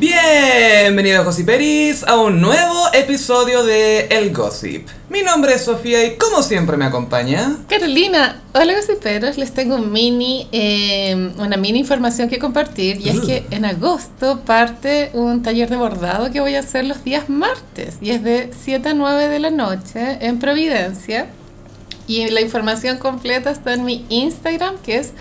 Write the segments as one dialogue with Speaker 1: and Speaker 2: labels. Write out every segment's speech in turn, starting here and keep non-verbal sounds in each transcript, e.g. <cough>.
Speaker 1: Bienvenidos Gossiperis a un nuevo episodio de El Gossip. Mi nombre es Sofía y como siempre me acompaña.
Speaker 2: Carolina, hola gossiperos, les tengo un mini, eh, una mini información que compartir y es
Speaker 1: Uh.
Speaker 2: que en agosto parte un taller de bordado que voy a hacer los días martes y es de 7 a 9 de la noche en Providencia y la información completa está en mi Instagram que es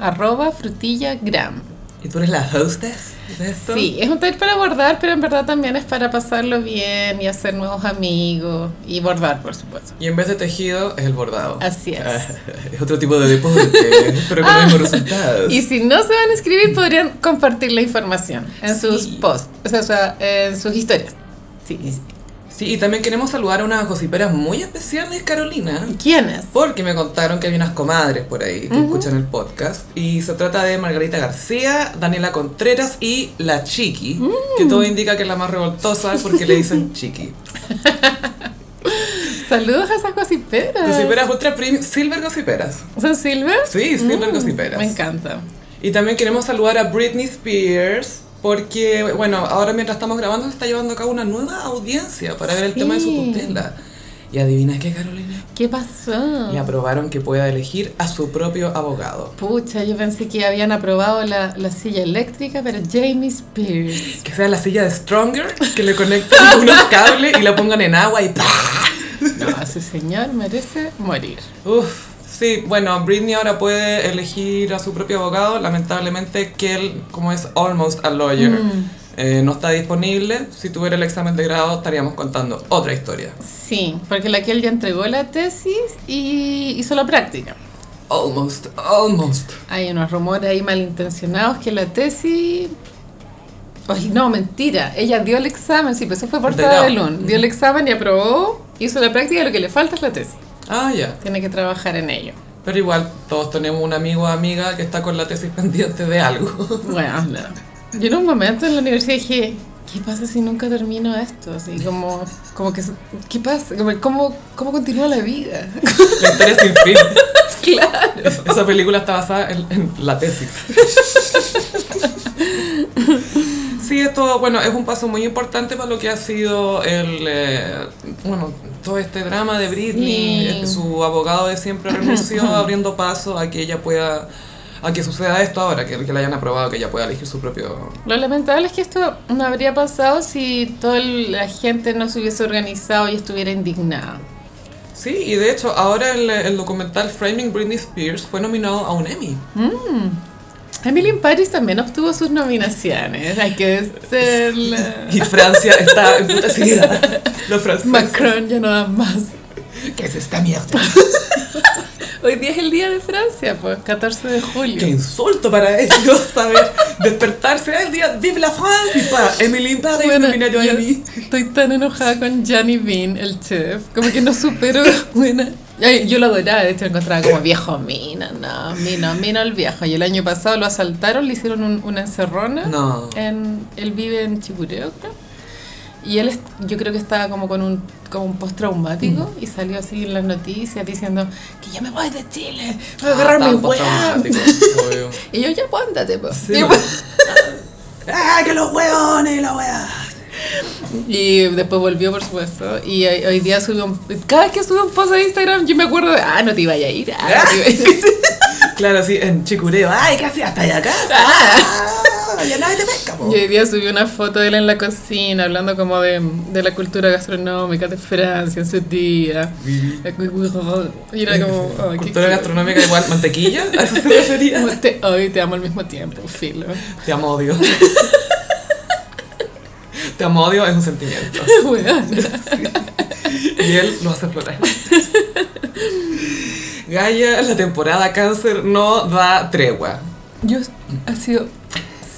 Speaker 2: arroba frutillagram.
Speaker 1: ¿Y tú eres la hostess de esto?
Speaker 2: Sí, es un taller para bordar, pero en verdad también es para pasarlo bien y hacer nuevos amigos y bordar, por supuesto.
Speaker 1: Y en vez de tejido es el bordado.
Speaker 2: Así es.
Speaker 1: <laughs> es otro tipo de deporte, pero
Speaker 2: <laughs>
Speaker 1: con los mismos resultados.
Speaker 2: Y si no se van a inscribir, podrían compartir la información en
Speaker 1: Sí.
Speaker 2: sus posts, o sea, o sea, en sus historias. Sí.
Speaker 1: Sí, y también queremos saludar a unas gossiperas muy especiales, Carolina.
Speaker 2: ¿Quiénes?
Speaker 1: Porque me contaron que hay unas comadres por ahí que
Speaker 2: Ujú.
Speaker 1: escuchan el podcast. Y se trata de Margarita García, Daniela Contreras y La Chiqui.
Speaker 2: Mm.
Speaker 1: Que todo indica que es la más revoltosa porque le
Speaker 2: <laughs>
Speaker 1: dicen Chiqui.
Speaker 2: Saludos a esas gossiperas.
Speaker 1: Gossiperas Ultra Premium, Silver Gossiperas.
Speaker 2: ¿Son Silver?
Speaker 1: Sí, Silver Gossiperas.
Speaker 2: Mm, Me encanta.
Speaker 1: Y también queremos saludar a Britney Spears. Porque, bueno, ahora mientras estamos grabando se está llevando a cabo una nueva audiencia para ver el
Speaker 2: Sí.
Speaker 1: tema de su tutela. Y adivina qué, Carolina.
Speaker 2: ¿Qué pasó?
Speaker 1: Le aprobaron que pueda elegir a su propio abogado.
Speaker 2: Pucha, yo pensé que habían aprobado la, la silla eléctrica, pero
Speaker 1: <laughs>
Speaker 2: Jamie Spears.
Speaker 1: Que sea la silla de Stronger, que le conecten unos cables y la pongan en agua y ¡pah!
Speaker 2: No, ese señor merece morir.
Speaker 1: Uf, sí, bueno, Britney ahora puede elegir a su propio abogado. Lamentablemente, que él, como es almost a lawyer, eh, no está disponible. Si tuviera el examen de grado, estaríamos contando otra historia.
Speaker 2: Sí, porque la que él ya entregó la tesis y hizo la práctica.
Speaker 1: Almost, almost.
Speaker 2: Hay unos rumores ahí malintencionados que la tesis... Ay, no, mentira. Ella dio el examen, sí, pues eso fue portada
Speaker 1: Verdad.
Speaker 2: de Lun. Dio el examen y aprobó, hizo la práctica y lo que le falta es la tesis.
Speaker 1: Ah, ya.
Speaker 2: Tiene que trabajar en ello.
Speaker 1: Pero igual, todos tenemos un amigo o amiga que está con la tesis <laughs> pendiente de algo. <laughs>
Speaker 2: Bueno, no. yo en un momento en la universidad dije, ¿qué pasa si nunca termino esto? Así como, como que, ¿qué pasa? Como, ¿cómo, ¿Cómo continúa la vida? <laughs>
Speaker 1: La historia sin fin.
Speaker 2: Claro.
Speaker 1: Esa película está basada en, en la
Speaker 2: <laughs>
Speaker 1: tesis. Sí, esto, bueno, es un paso muy importante para lo que ha sido el, eh, bueno, todo este drama de Britney.
Speaker 2: Sí.
Speaker 1: Eh, Su abogado de siempre
Speaker 2: <coughs>
Speaker 1: renunció, abriendo paso a que ella pueda, a que suceda esto ahora, que, que le hayan aprobado, que ella pueda elegir su propio...
Speaker 2: Lo lamentable es que esto no habría pasado si toda la gente no se hubiese organizado y estuviera indignada.
Speaker 1: Sí, y de hecho, ahora el, el documental Framing Britney Spears fue nominado a un Emmy.
Speaker 2: Emily in Paris también obtuvo sus nominaciones, hay que decirle.
Speaker 1: Y Francia está
Speaker 2: <laughs>
Speaker 1: emputecida. Los franceses.
Speaker 2: Macron ya no da más.
Speaker 1: ¿Qué es esta mierda?
Speaker 2: Hoy día es el día de Francia, pues, 14 de julio.
Speaker 1: Qué insulto para ellos <laughs> saber despertarse el día Vive la France y pa, Emily in Paris
Speaker 2: Bueno,
Speaker 1: mira yo a
Speaker 2: yo
Speaker 1: mí.
Speaker 2: estoy tan enojada con Gianni Bean, el chef, como que no supero. Bueno, ay, yo lo adoraba, de hecho lo encontraba como viejo mina, no, mina, mina el viejo. Y el año pasado lo asaltaron, le hicieron un- una encerrona.
Speaker 1: No.
Speaker 2: En, él vive en Chicureo, creo. Y él, es- yo creo que estaba como con un, como un postraumático y salió así en las noticias diciendo que ya me voy de Chile,
Speaker 1: Ah,
Speaker 2: voy a agarrar mi weá. <laughs> Y yo, ya pues, ándate, pues.
Speaker 1: Sí,
Speaker 2: Y-
Speaker 1: pues. ¡Ah, que los huevones, la weá!
Speaker 2: Y después volvió, por supuesto. Y hoy, hoy día subió un. Cada vez que sube un post de Instagram, yo me acuerdo de. Ah, no te iba a ir. Ah, no te iba a ir.
Speaker 1: Claro, sí, en Chicureo. ¡Ay, qué hacías hasta allá acá!
Speaker 2: <laughs> Ah.
Speaker 1: ¡Ah, ya nadie te pesca, po!
Speaker 2: Y hoy día subió una foto de él en la cocina, hablando como de, de la cultura gastronómica de Francia en su día. La cu- cu- Y era como. oh, qué
Speaker 1: Cultura
Speaker 2: cute.
Speaker 1: gastronómica igual, mantequilla, a eso se refería.
Speaker 2: <laughs> Como Te odio y te amo al mismo
Speaker 1: <laughs>
Speaker 2: tiempo, filo.
Speaker 1: Te amo
Speaker 2: <laughs>
Speaker 1: odio. Te amo odio es un sentimiento.
Speaker 2: Weón.
Speaker 1: Y él lo hace explotar. Gaia, la temporada cáncer no da tregua.
Speaker 2: Yo ha sido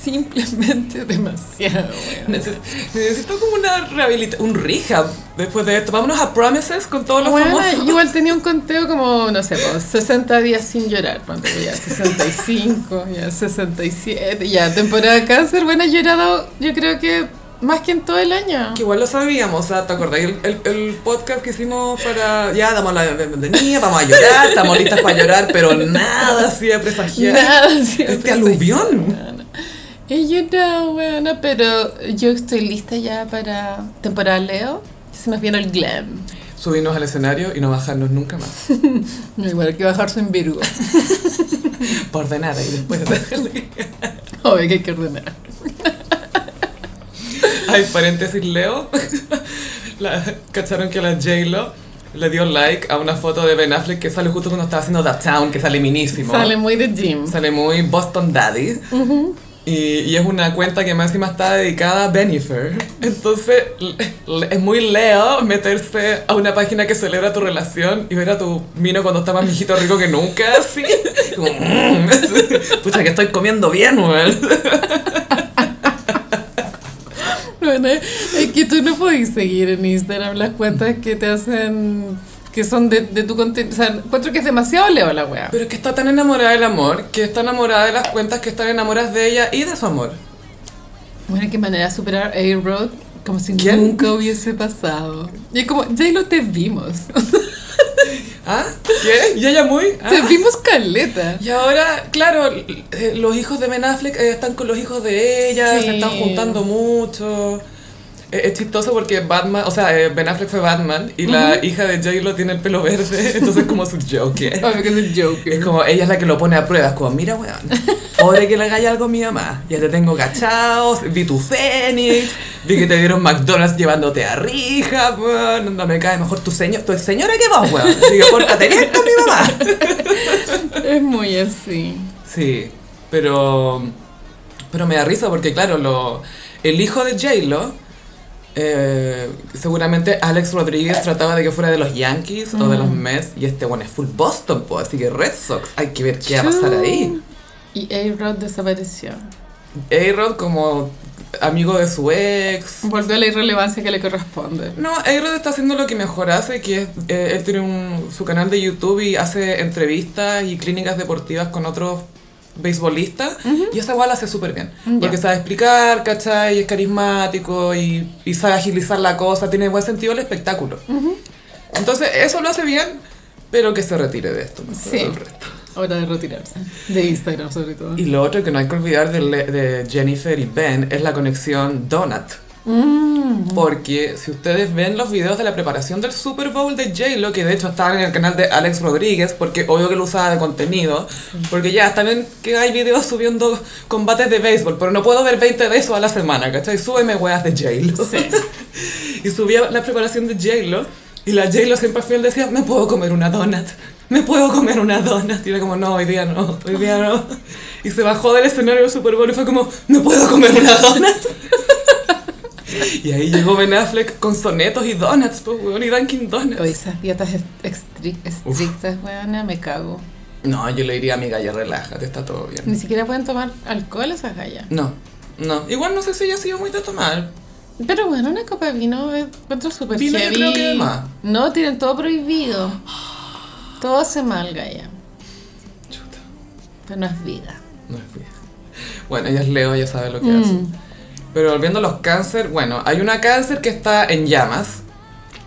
Speaker 2: simplemente <laughs> demasiado, weón.
Speaker 1: Neces- Necesito como una rehabilitación, un rehab después de esto. Vámonos a Promises con todos los
Speaker 2: Bueno,
Speaker 1: famosos.
Speaker 2: igual tenía un conteo como, no sé, pues, 60 días sin llorar, ponte tú, ya 65, ya 67, ya temporada de cáncer, bueno, yo he dado, yo creo que más que en todo el año.
Speaker 1: Que igual lo sabíamos, o sea, ¿te acordás? El, el- el podcast que hicimos para... Ya, damos la bienvenida, vamos a llorar, estamos listas para llorar, pero nada así de presagiar.
Speaker 2: <laughs> Nada, sí,
Speaker 1: Este
Speaker 2: pero sí.
Speaker 1: aluvión.
Speaker 2: No, no. Y yo no, bueno, pero yo estoy lista ya para temporada Leo. Se nos viene el glam.
Speaker 1: Subirnos al escenario y no bajarnos nunca más.
Speaker 2: Igual que bajarse en Virgo.
Speaker 1: Por de nada y después de
Speaker 2: <laughs> Obvio que hay que ordenar.
Speaker 1: Ay, paréntesis, Leo. <laughs> La- cacharon que la J-Lo le dio like a una foto de Ben Affleck que sale justo cuando estaba haciendo The Town, que sale minísimo.
Speaker 2: Sale muy de gym.
Speaker 1: Sale muy Boston Daddy. y, y es una cuenta que más encima está dedicada a Benifer. Entonces le- le- es muy Leo meterse a una página que celebra tu relación y ver a tu mino cuando está más mijito rico que nunca, así. <laughs> Como, "Mm, <laughs> pucha, que estoy comiendo bien, weón.
Speaker 2: Bueno, es que tú no podés seguir en Instagram las cuentas que te hacen. que son de, de tu contenido. O sea, encuentro que es demasiado leo la wea.
Speaker 1: Pero es que está tan enamorada del amor que está enamorada de las cuentas que están enamoradas de ella y de su amor.
Speaker 2: Bueno, qué manera de superar A-Road como si
Speaker 1: ¿Quién?
Speaker 2: nunca hubiese pasado. Y es como, ya lo te <laughs> vimos.
Speaker 1: ¿Ah? ¿Qué? ¿Y ella muy?
Speaker 2: Te
Speaker 1: ¿Ah?
Speaker 2: vimos caleta.
Speaker 1: Y ahora, claro, l- eh, los hijos de Ben Affleck eh, están con los hijos de ella,
Speaker 2: Sí.
Speaker 1: se están juntando mucho. Eh, es chistoso porque Batman, o sea, eh, Ben Affleck fue Batman y la hija de J-Lo tiene el pelo verde, <laughs> entonces es como su Joker.
Speaker 2: Obvio que es un Joker.
Speaker 1: Es como, ella es la que lo pone a pruebas, como, mira, weón, ahora que le hagáis algo a mi mamá, ya te tengo cachado, vi tu Fénix, vi que te dieron McDonald's llevándote a Rija, weón, no me cae mejor tu señor, tu señora que vos, weón, así que pórtate bien con mi mamá. <laughs>
Speaker 2: Es muy así.
Speaker 1: Sí, pero. Pero me da risa porque, claro, lo, el hijo de J-Lo. eh, seguramente Alex Rodríguez trataba de que fuera de los Yankees o de los Mets y este bueno es full Boston, pues, así que Red Sox, hay que ver qué va a pasar ahí.
Speaker 2: Y A-Rod desapareció.
Speaker 1: A-Rod como amigo de su ex.
Speaker 2: Volvió a la irrelevancia que le corresponde.
Speaker 1: No, A-Rod está haciendo lo que mejor hace, que es, eh, él tiene un- su canal de YouTube y hace entrevistas y clínicas deportivas con otros beisbolistas y esa igual la hace súper bien.
Speaker 2: Ya.
Speaker 1: Porque sabe explicar, ¿cachai? Es carismático y, y sabe agilizar la cosa, tiene buen sentido el espectáculo. Entonces, eso lo hace bien, pero que se retire de esto. mejor
Speaker 2: Sí.
Speaker 1: del resto.
Speaker 2: Hora de retirarse. De Instagram, sobre todo.
Speaker 1: Y lo otro que no hay que olvidar de, Le- de Jennifer y Ben es la conexión Donut.
Speaker 2: Mm,
Speaker 1: Porque si ustedes ven los videos de la preparación del Super Bowl de J-Lo, que de hecho estaban en el canal de Alex Rodríguez, porque obvio que lo usaba de contenido, porque ya, está bien que hay videos subiendo combates de béisbol, pero no puedo ver 20 de eso a la semana, ¿cachai? Súbeme weas de J-Lo. <laughs>
Speaker 2: Sí.
Speaker 1: Y subía la preparación de J-Lo. Y la J-Lo siempre al final decía, me puedo comer una donut. Me puedo comer una donut. Y era como, no, hoy día no, hoy día no. Y se bajó del escenario del Super Bowl y fue como, no puedo comer una donut. Y ahí llegó Ben Affleck con sonetos y donuts, pues, weón, y Dunkin'
Speaker 2: Oye,
Speaker 1: Donuts.
Speaker 2: esas dietas est- estri-
Speaker 1: Uf.
Speaker 2: estrictas, weona, me cago.
Speaker 1: No, yo le diría, amiga, ya relájate, está todo bien.
Speaker 2: Ni siquiera pueden tomar alcohol esas gallas.
Speaker 1: No, no. Igual no sé si ella ha sido muy de tomar.
Speaker 2: Pero bueno, una copa de vino es- encuentro súper
Speaker 1: Vino yo
Speaker 2: heavy.
Speaker 1: creo que de más.
Speaker 2: No, tienen todo prohibido. Todo hace mal, galla.
Speaker 1: Chuta,
Speaker 2: Pero no es vida.
Speaker 1: no es bien. Bueno, ella es Leo, ella sabe lo que hace. Pero volviendo a los cáncer, bueno, hay una cáncer que está en llamas,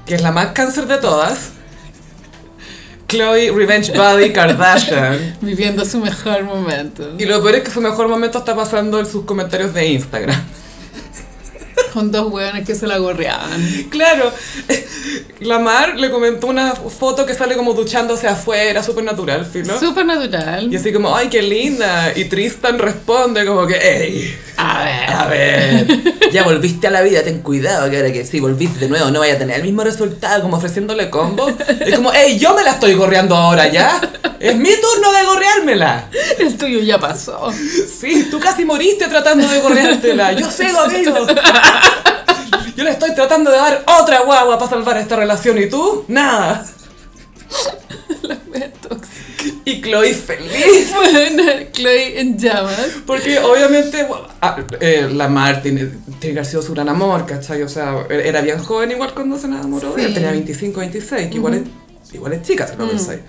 Speaker 1: que es la más cáncer de todas. Chloe Revenge Body Kardashian.
Speaker 2: Viviendo su mejor momento.
Speaker 1: Y lo peor es que su mejor momento está pasando en sus comentarios de Instagram. <laughs>
Speaker 2: Con dos hueones que se la gorreaban.
Speaker 1: Claro, Lamar le comentó una foto que sale como duchándose afuera, súper natural, filo.
Speaker 2: Súper natural.
Speaker 1: Y así como, ay, qué linda. Y Tristan responde como que, hey,
Speaker 2: A ver.
Speaker 1: A ver, ya volviste a la vida, ten cuidado, que ahora que sí, volviste de nuevo, no vaya a tener el mismo resultado, como ofreciéndole combo. Es como, hey, yo me la estoy gorreando ahora, ¿ya? Es mi turno de gorreármela.
Speaker 2: El tuyo ya pasó. <laughs>
Speaker 1: Sí, tú casi moriste tratando de gorreártela. Yo sé, amigo. Yo le estoy tratando de dar otra guagua para salvar esta relación, ¿y tú? Nada. Y Chloe feliz.
Speaker 2: Bueno, Chloe en llamas.
Speaker 1: Porque obviamente bueno, ah, eh, la Martin tiene que haber sido su gran amor, ¿cachai? O sea, er- era bien joven igual cuando se enamoró. de
Speaker 2: Sí. Mm.
Speaker 1: Él tenía 25, 26, que igual, es, igual es chica, si lo pensáis.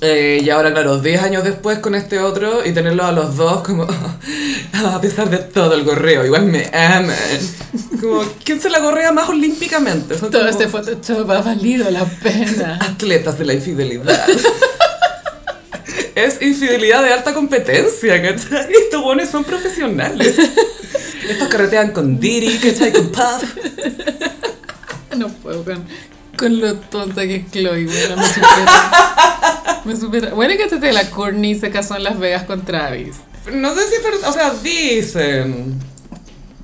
Speaker 1: Eh, y ahora, claro, 10 años después con este otro y tenerlo a los dos como, <laughs> a pesar de todo el correo, igual me aman. Como, ¿quién se la correa más olímpicamente? Son
Speaker 2: Todo
Speaker 1: como
Speaker 2: este Photoshop ha valido la pena. <laughs>
Speaker 1: Atletas de la infidelidad. es infidelidad de alta competencia, ¿cachai? Estos buenos son profesionales. Estos carretean con Diri, ¿cachai? Con Puff.
Speaker 2: No puedo con, con lo tonta que es Chloe, bueno, me
Speaker 1: <laughs>
Speaker 2: supera. Me supera. Bueno, que este de la Courtney se casó en Las Vegas con Travis.
Speaker 1: No sé si, pero, o sea, dicen.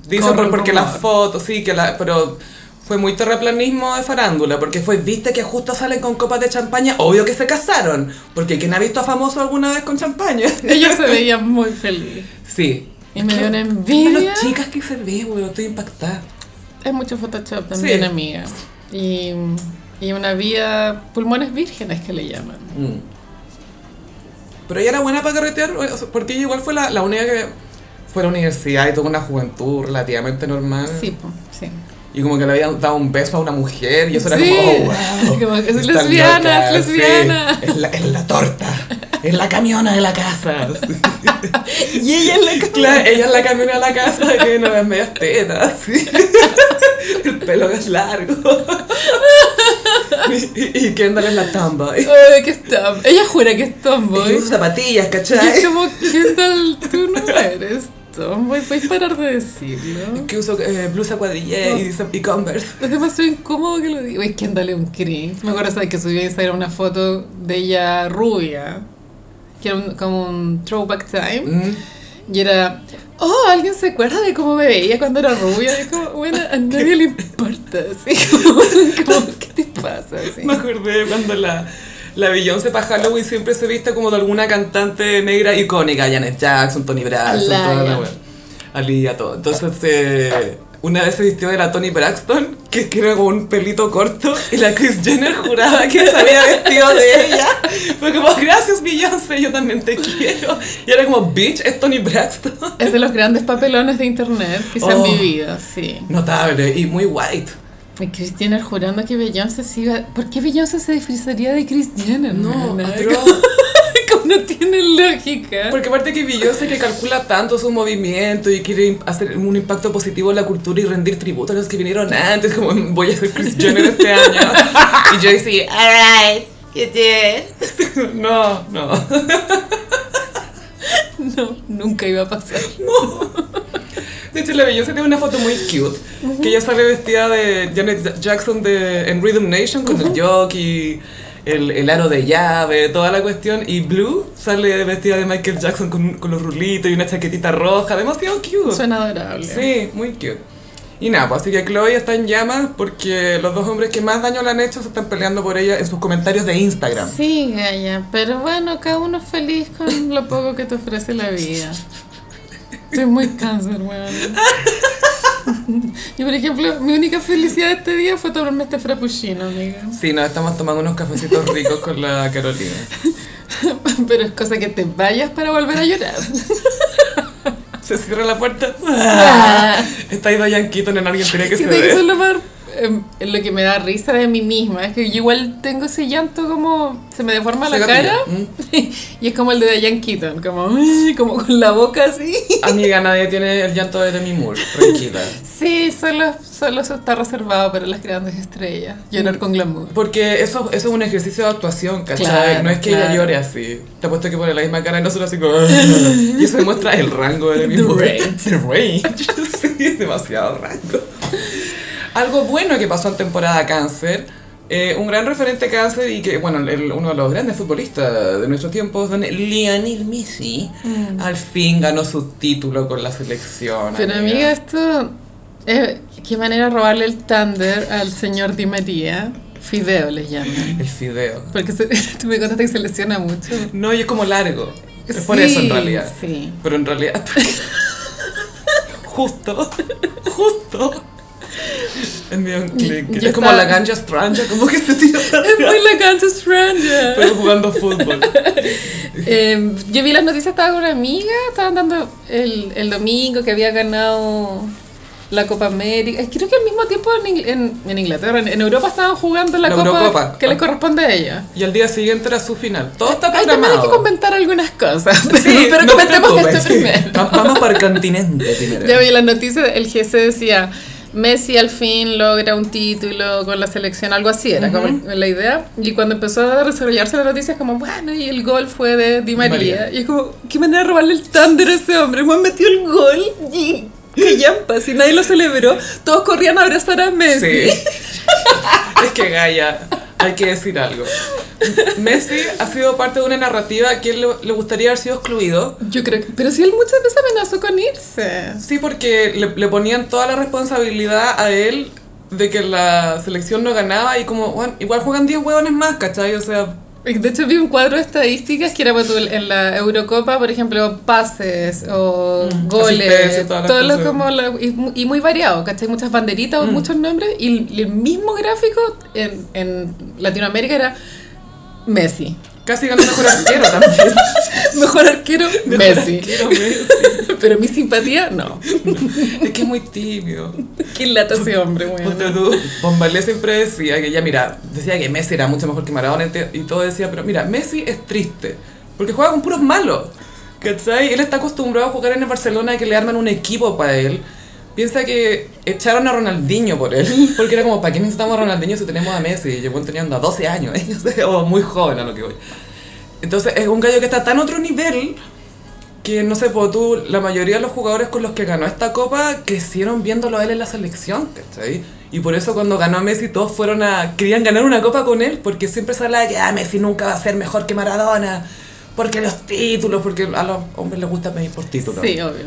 Speaker 1: Dicen
Speaker 2: Corre el
Speaker 1: porque
Speaker 2: rumor.
Speaker 1: las fotos, sí, que la, pero fue muy terraplanismo de farándula, porque fue, viste que justo salen con copas de champaña, obvio que se casaron, porque ¿quién ha visto a famoso alguna vez con champaña?
Speaker 2: Ella se veía muy feliz.
Speaker 1: Sí.
Speaker 2: Y me dio una
Speaker 1: Mira
Speaker 2: envidia.
Speaker 1: las chicas que se ve, weón, estoy impactada.
Speaker 2: Es mucho Photoshop también,
Speaker 1: Sí.
Speaker 2: amiga. Y, y una vía pulmones vírgenes que le llaman.
Speaker 1: Mm. Pero ella era buena para carretear, o sea, porque ella igual fue la, la única que fue a la universidad y tuvo una juventud relativamente normal.
Speaker 2: Sí, po, sí.
Speaker 1: Y como que le habían dado un beso a una mujer y eso
Speaker 2: Sí.
Speaker 1: era
Speaker 2: <laughs>
Speaker 1: como, oh, wow.
Speaker 2: Como que es
Speaker 1: Están
Speaker 2: lesbiana,
Speaker 1: locas,
Speaker 2: es
Speaker 1: sí.
Speaker 2: lesbiana.
Speaker 1: Es, la, es la torta, es la camiona de la casa.
Speaker 2: <laughs> Y ella es la
Speaker 1: Claro, ella es la camiona de la casa que no las medias tetas, sí. <laughs> el pelo es largo. <laughs> y, y- y Kendall es la tomboy.
Speaker 2: Ay, que es tom- Ella jura que es
Speaker 1: Y usa
Speaker 2: tomboy.
Speaker 1: zapatillas,
Speaker 2: Y es
Speaker 1: ¿cachai?
Speaker 2: como, Kendall, tú no eres tomboy. Puedes parar de
Speaker 1: <laughs>
Speaker 2: decirlo.
Speaker 1: que uso eh, blusa cuadrillé y, dice- y Converse.
Speaker 2: Es demasiado incómodo que lo diga. Uy, Kendall es un cringe. Me acuerdo ¿sabes? que subí a Instagram una foto de ella rubia. Que era un- como un throwback time.
Speaker 1: Mm.
Speaker 2: Y era, oh, ¿alguien se acuerda de cómo me veía cuando era rubia? Y es como, bueno, a nadie le importa, así como, como, ¿qué te pasa? Así.
Speaker 1: Me acordé cuando la, la Beyoncé para Halloween siempre se viste como de alguna cantante negra icónica, Janet Jackson, Tony Braxton,
Speaker 2: Alaya.
Speaker 1: toda la wea. Alía, todo. Entonces, eh, una vez se vistió de la Tony Braxton, que, que era con un pelito corto, y la Kris Jenner juraba que se había vestido de ella. Fue como, gracias Beyoncé, yo también te quiero. Y era como, bitch, es Tony Braxton.
Speaker 2: Es de los grandes papelones de internet que se han
Speaker 1: Oh.
Speaker 2: vivido, sí.
Speaker 1: Notable y muy white.
Speaker 2: Y Kris Jenner jurando que Beyoncé se iba... ¿Por qué Beyoncé se disfrazaría de Kris Jenner? <laughs> mana?
Speaker 1: atroz.
Speaker 2: Como no tiene lógica.
Speaker 1: <laughs> Porque aparte que Beyoncé que calcula tanto su movimiento y quiere im- hacer un impacto positivo en la cultura y rendir tributo a los que vinieron antes, como <laughs> voy a ser Chris Jenner este año. Y Jay-Z, alright, you did. <laughs> No, no.
Speaker 2: No, nunca iba a pasar.
Speaker 1: De hecho, la Beyoncé tiene una foto muy cute, que ella sale vestida de Janet Ja- Jackson de, en Rhythm Nation con el jockey, el, el aro de llave, toda la cuestión. Y Blue sale vestida de Michael Jackson con, con los rulitos y una chaquetita roja, demasiado cute.
Speaker 2: Suena adorable.
Speaker 1: Sí, muy cute. Y nada, pues así que Chloe está en llamas porque los dos hombres que más daño le han hecho se están peleando por ella en sus comentarios de Instagram.
Speaker 2: Sí, Gaya, pero bueno, cada uno es feliz con lo poco que te ofrece la vida. Estoy muy cáncer, weón. Yo, por ejemplo, mi única felicidad este día fue tomarme este frappuccino, amiga.
Speaker 1: Sí, nos estamos tomando unos cafecitos ricos con la Carolina.
Speaker 2: Pero es cosa que te vayas para volver a llorar.
Speaker 1: Se cierra la puerta. Está ahí Diane Keaton en alguien tenía que
Speaker 2: Que sé que eso es
Speaker 1: ceder.
Speaker 2: lo, más, em, lo que me da risa de mí misma. Es que yo igual tengo ese llanto como... Se me deforma
Speaker 1: Se
Speaker 2: la
Speaker 1: gatilla.
Speaker 2: cara.
Speaker 1: Mm.
Speaker 2: <laughs> Y es como el de Diane Keaton. Como, <laughs> "Ay", como con la boca así.
Speaker 1: Amiga, nadie tiene el llanto de Demi Moore. Tranquila.
Speaker 2: Sí, solo, solo eso está reservado para las grandes estrellas. Llorar con glamour.
Speaker 1: Porque eso, eso es un ejercicio de actuación, ¿cachai?
Speaker 2: Claro,
Speaker 1: no es que ella
Speaker 2: claro.
Speaker 1: llore así. Te apuesto que pone la misma cara y nosotros así
Speaker 2: <laughs>
Speaker 1: como... "Ah". Y eso demuestra el rango de mi
Speaker 2: The
Speaker 1: mujer. <laughs>
Speaker 2: range.
Speaker 1: The range. Sí, es demasiado rango. Algo bueno que pasó en temporada cáncer. eh, un gran referente cáncer y que, bueno, el- uno de los grandes futbolistas de nuestros tiempos, don Lionel Messi, al fin ganó su título con la selección.
Speaker 2: Mm. Pero amiga, esto... eh, qué manera de robarle el thunder al señor Di María. Fideo les llaman.
Speaker 1: El fideo.
Speaker 2: Porque se- <laughs> tú me contaste que se lesiona mucho.
Speaker 1: No, y es como largo. Es por eso en
Speaker 2: Sí,
Speaker 1: realidad.
Speaker 2: Sí.
Speaker 1: Pero en realidad. <laughs> justo. Justo. Es medio un click.
Speaker 2: Yo
Speaker 1: Es como la
Speaker 2: estaba-
Speaker 1: ganja stranja, como que se tira para
Speaker 2: Es
Speaker 1: atrás,
Speaker 2: muy la cancha Stranger.
Speaker 1: Pero jugando fútbol.
Speaker 2: Eh, yo vi las noticias, estaba con una amiga, estaban dando el, el domingo que había ganado la Copa América. Eh, Creo que al mismo tiempo en, Ingl- en- en Inglaterra, en, en Europa estaban jugando la,
Speaker 1: La
Speaker 2: Copa
Speaker 1: Eurocopa.
Speaker 2: que
Speaker 1: Ah.
Speaker 2: le corresponde a ella.
Speaker 1: Y al día siguiente era su final. Todo está
Speaker 2: Ahí también hay que
Speaker 1: programado.
Speaker 2: comentar algunas cosas, pero,
Speaker 1: Sí,
Speaker 2: <laughs> pero
Speaker 1: no te
Speaker 2: comentemos
Speaker 1: preocupes.
Speaker 2: esto primero.
Speaker 1: Va- Vamos para el continente primero.
Speaker 2: Ya vi las noticias, el GC decía, Messi al fin logra un título con la selección, algo así era como
Speaker 1: Ujú.
Speaker 2: la idea. Y cuando empezó a desarrollarse la noticia, es como, bueno, y el gol fue de Di María.
Speaker 1: María.
Speaker 2: Y es como, qué manera de robarle el thunder a ese hombre. Me metió el gol y que yampa, si nadie lo celebró, todos corrían a abrazar a Messi.
Speaker 1: Sí. <laughs> es que Gaia, hay que decir algo. Messi ha sido parte de una narrativa que él le- le gustaría haber sido excluido.
Speaker 2: Yo creo que, pero si él muchas veces amenazó con irse.
Speaker 1: Sí, porque le, le ponían toda la responsabilidad a él de que la selección no ganaba y como, bueno, igual juegan 10 hueones más, ¿cachai? O sea,
Speaker 2: Y De hecho, vi un cuadro de estadísticas que era pues, tú, en la Eurocopa, por ejemplo, pases o
Speaker 1: Mm, asistencias,
Speaker 2: goles,
Speaker 1: todas las
Speaker 2: todos los
Speaker 1: cosas.
Speaker 2: como la- y, mu- y muy variado, ¿cachai? Muchas banderitas,
Speaker 1: Mm.
Speaker 2: muchos nombres, y el- y el mismo gráfico en, en Latinoamérica era Messi. <laughs>
Speaker 1: casi ganó mejor arquero también.
Speaker 2: Mejor
Speaker 1: <laughs>
Speaker 2: arquero, Messi.
Speaker 1: Arquero Messi.
Speaker 2: Pero mi simpatía, no.
Speaker 1: Es que es muy tímido.
Speaker 2: Qué lata ese hombre, weón.
Speaker 1: Ponte tú, Bombalé siempre decía que ya, mira, decía que Messi era mucho mejor que Maradona y te- y todo decía, pero mira, Messi es triste, porque juega con puros malos, ¿cachai? Él está acostumbrado a jugar en el Barcelona que le arman un equipo para él. Piensa que echaron a Ronaldinho por él, <laughs> porque era como, ¿para qué necesitamos a Ronaldinho si tenemos a Messi? Y yo teniendo a 12 años, <laughs> ¿eh? No sé, o muy joven a lo que voy. Entonces es un gallo que está tan a otro nivel que no sé, pues tú, la mayoría de los jugadores con los que ganó esta copa crecieron viéndolo a él en la selección, ¿cachai? Y por eso cuando ganó Messi todos fueron a... querían ganar una copa con él, porque siempre se hablaba de que ah, Messi nunca va a ser mejor que Maradona, porque los títulos, porque a los hombres les gusta pedir por títulos.
Speaker 2: Sí, obvio.